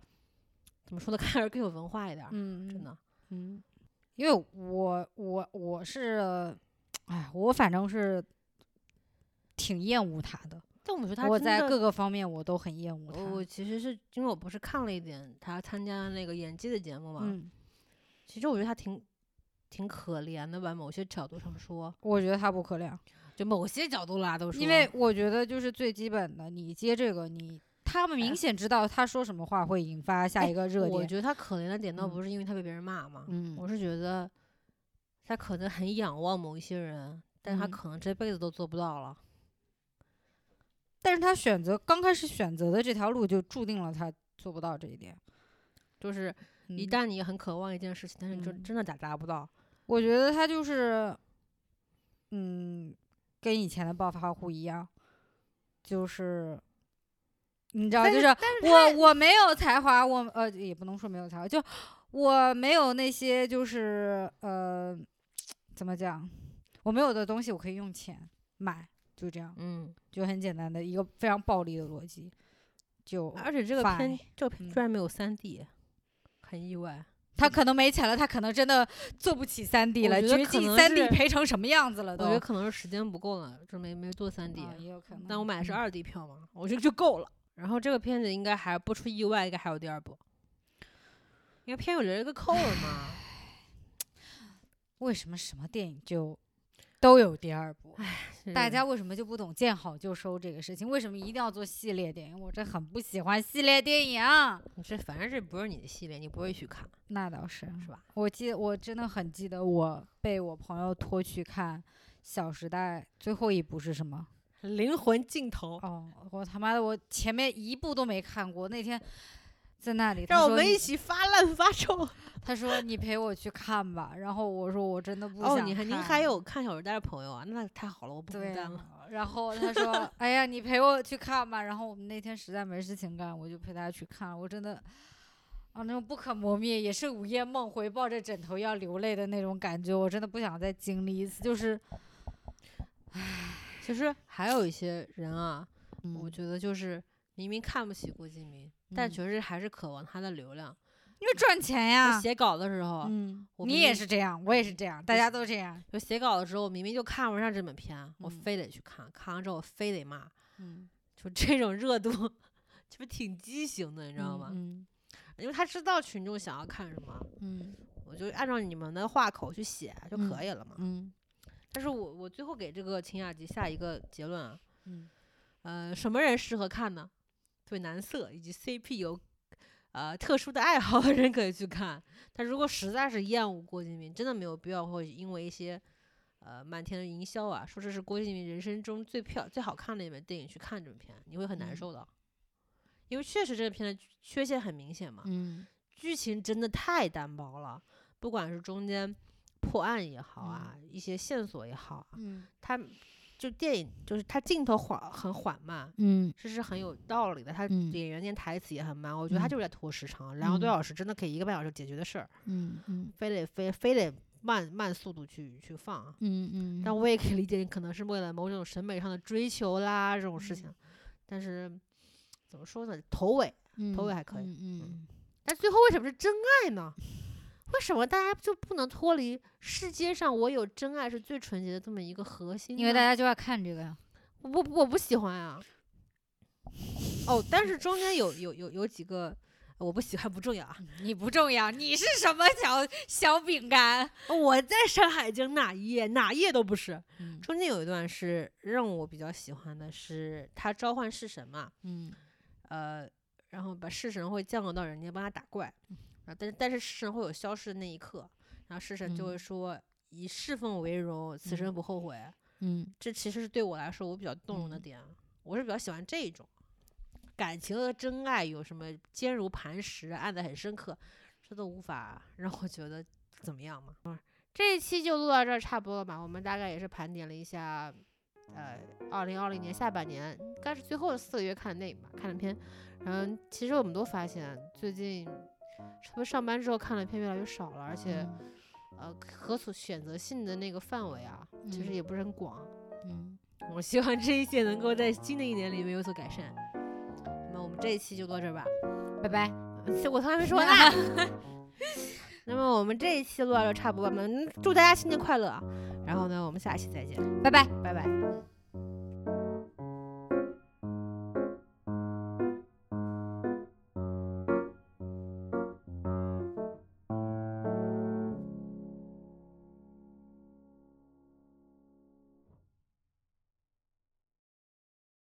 A: 怎么说呢， 看着更有文化一点儿，
B: 嗯，
A: 真的。
B: 嗯，因为我我我是，哎，我反正是挺厌恶他的。
A: 但我觉得他
B: 嗯我
A: 真
B: 在
A: 的哦
B: 各个方面我都很厌恶他。嗯
A: 我其实是因为我不是看了一点他参加那个演技的节目嘛，
B: 嗯，
A: 其实我觉得他挺挺可怜的吧，某些角度上说，
B: 我觉得他不可怜，
A: 就某些角度啦都说，
B: 因为我觉得就是最基本的，你接这个你。他们明显知道他说什么话会引发下
A: 哎
B: 一个热
A: 我
B: 点，
A: 觉得他可怜的点倒
B: 嗯
A: 不是因为他被别人骂嘛，
B: 嗯
A: 我是觉得他可能很仰望某一些人，但他
B: 嗯
A: 可能这辈子都做不到了。
B: 但是他选择刚开始选择的这条路就注定了他做不到这一点。
A: 就是一
B: 嗯
A: 旦你很渴望一件事情，但是你就
B: 嗯
A: 真的达达不到，
B: 我觉得他就是，嗯，跟以前的暴发户一样，就是，你知道，
A: 但
B: 就是是我我没有才华，我呃也不能说没有才华，就我没有那些就是呃怎么讲，我没有的东西我可以用钱买，就这样，
A: 嗯，
B: 就很简单的一个非常暴力的逻辑，就
A: 而且这个片
B: fine
A: 这个片居
B: 嗯
A: 然没有三 D，很意外。
B: 他可能没钱了，他可能真的做不起三 D
A: 我
B: 了，
A: 觉得
B: 决
A: 可
B: 定
A: 能
B: 三 D
A: 是
B: 赔成什么样子了
A: 我
B: 都。
A: 觉得可能是时间不够了，就没没做三 D、
B: 啊也有可能。
A: 但我买的是
B: 嗯，
A: 二 D 票嘛，我觉得就够了。然后这个片子应该还不出意外，应该还有第二部，因为片有留了一个扣儿嘛。
B: 为什么什么电影就都有第二部？
A: 是
B: 哎大家为什么就不懂见好就收这个事情？为什么一定要做系列电影？我这很不喜欢系列电影。啊
A: 你这反正这不是你的系列，你不会去看，
B: 那倒是，
A: 是吧？
B: 我记得我真的很记得，我被我朋友拖去看《小时代》最后一部是什么？
A: 灵魂尽头，
B: 哦，我他妈的，我前面一部都没看过。那天在那里，他
A: 让我
B: 说
A: 们
B: 你
A: 一起发烂发臭。
B: 他说你陪我去看吧，然后我说我真的不想
A: 哦，
B: 看。
A: 你还您还有看小时代的朋友啊？那太好了，我不孤
B: 对
A: 单了。
B: 啊，然后他说：“ 哎呀，你陪我去看吧。”然后我们那天实在没事情干，我就陪他去看了。我真的啊，那种不可磨灭，也是午夜梦回，抱着枕头要流泪的那种感觉，我真的不想再经历一次。就是，
A: 啊其实还有一些人啊，我
B: 嗯
A: 觉得就是明明看不起郭敬明，但
B: 嗯
A: 确实还是渴望他的流量。
B: 因为赚钱呀
A: 我。写稿的时候，啊
B: 嗯，
A: 我
B: 你
A: 明
B: 也
A: 明
B: 是这样，我也是这样，大
A: 就
B: 家
A: 是
B: 都这样。
A: 就写稿的时候，我明明就看不上这本片，我
B: 嗯
A: 非得去看，看完之后我非得骂，
B: 嗯，
A: 就这种热度，就是挺畸形的，你
B: 你
A: 知道吗？
B: 嗯
A: 因为他知道群众想要看什么，
B: 嗯
A: 我就按照你们的话口去写就可以了嘛。
B: 嗯
A: 但是我我最后给这个秦雅集下一个结论啊，
B: 嗯
A: 呃，什么人适合看呢？对男色以及 CP 有呃特殊的爱好的人可以去看，但如果实在是厌恶郭敬明，真的没有必要会因为一些呃漫天的营销啊，说这是郭敬明人生中最漂最好看的一本电影去看这部片，你会很难
B: 嗯
A: 受的，因为确实这个片的缺陷很明显嘛，
B: 嗯
A: 剧情真的太单薄了，不管是中间破案也好啊，一些线索也好啊，
B: 嗯
A: 它就电影就是它镜头缓很缓慢，
B: 嗯
A: 这是很有道理的。他
B: 嗯
A: 演员念台词也很慢，我觉得他
B: 嗯
A: 就是在拖时长，两个多
B: 嗯
A: 小时真的可以一个半小时解决的事儿，
B: 嗯嗯
A: 非得非非得慢慢速度去去放啊。
B: 嗯
A: 但我也可以理解，你可能是为了某种审美上的追求啦这种
B: 嗯
A: 事情，但是怎么说呢？头尾，头尾还可以
B: 嗯
A: 但最后为什么是真爱呢？为什么大家就不能脱离世界上我有真爱是最纯洁的这么一个核心呢？
B: 嗯因为大家就爱看这个呀。
A: 我不我不喜欢啊。哦，但是中间有有有有几个我不喜欢 不重要啊。
B: 你不重要，你是什么小小饼干？
A: 哦我在《山海经》哪一页哪一页都不是。
B: 嗯
A: 中间有一段是让我比较喜欢的是他召唤式神嘛，
B: 嗯
A: 呃，然后把式神会降落到人间帮他打怪，然后但是但是式神会有消失的那一刻，然后式神就会
B: 嗯
A: 说、以侍奉为荣，此生不后悔。
B: 嗯
A: 这其实是对我来说我比较动容的
B: 嗯
A: 点啊，我是比较喜欢这一种感情和真爱有什么坚如磐石，爱得很深刻，这都无法让我觉得怎么样嘛。啊 这一期就录到这儿差不多了吧？我们大概也是盘点了一下，呃，二零二零年下半年应该是最后四个月看的电影吧，看的片。嗯，其实我们都发现最近，特别上班之后看的片越来越少了，而且、呃，可所选择性的那个范围啊，其实
B: 嗯
A: 也不是很广。
B: 嗯，
A: 我希望这一切能够在新的一年里面有所改善。那么我们这一期就到这儿吧，
B: 拜拜。
A: 拜拜。我从来没说完 呢。那么我们这一期录到这儿差不多了，我们祝大家新年快乐啊！然后呢，我们下期再见，
B: 拜拜。
A: 拜拜。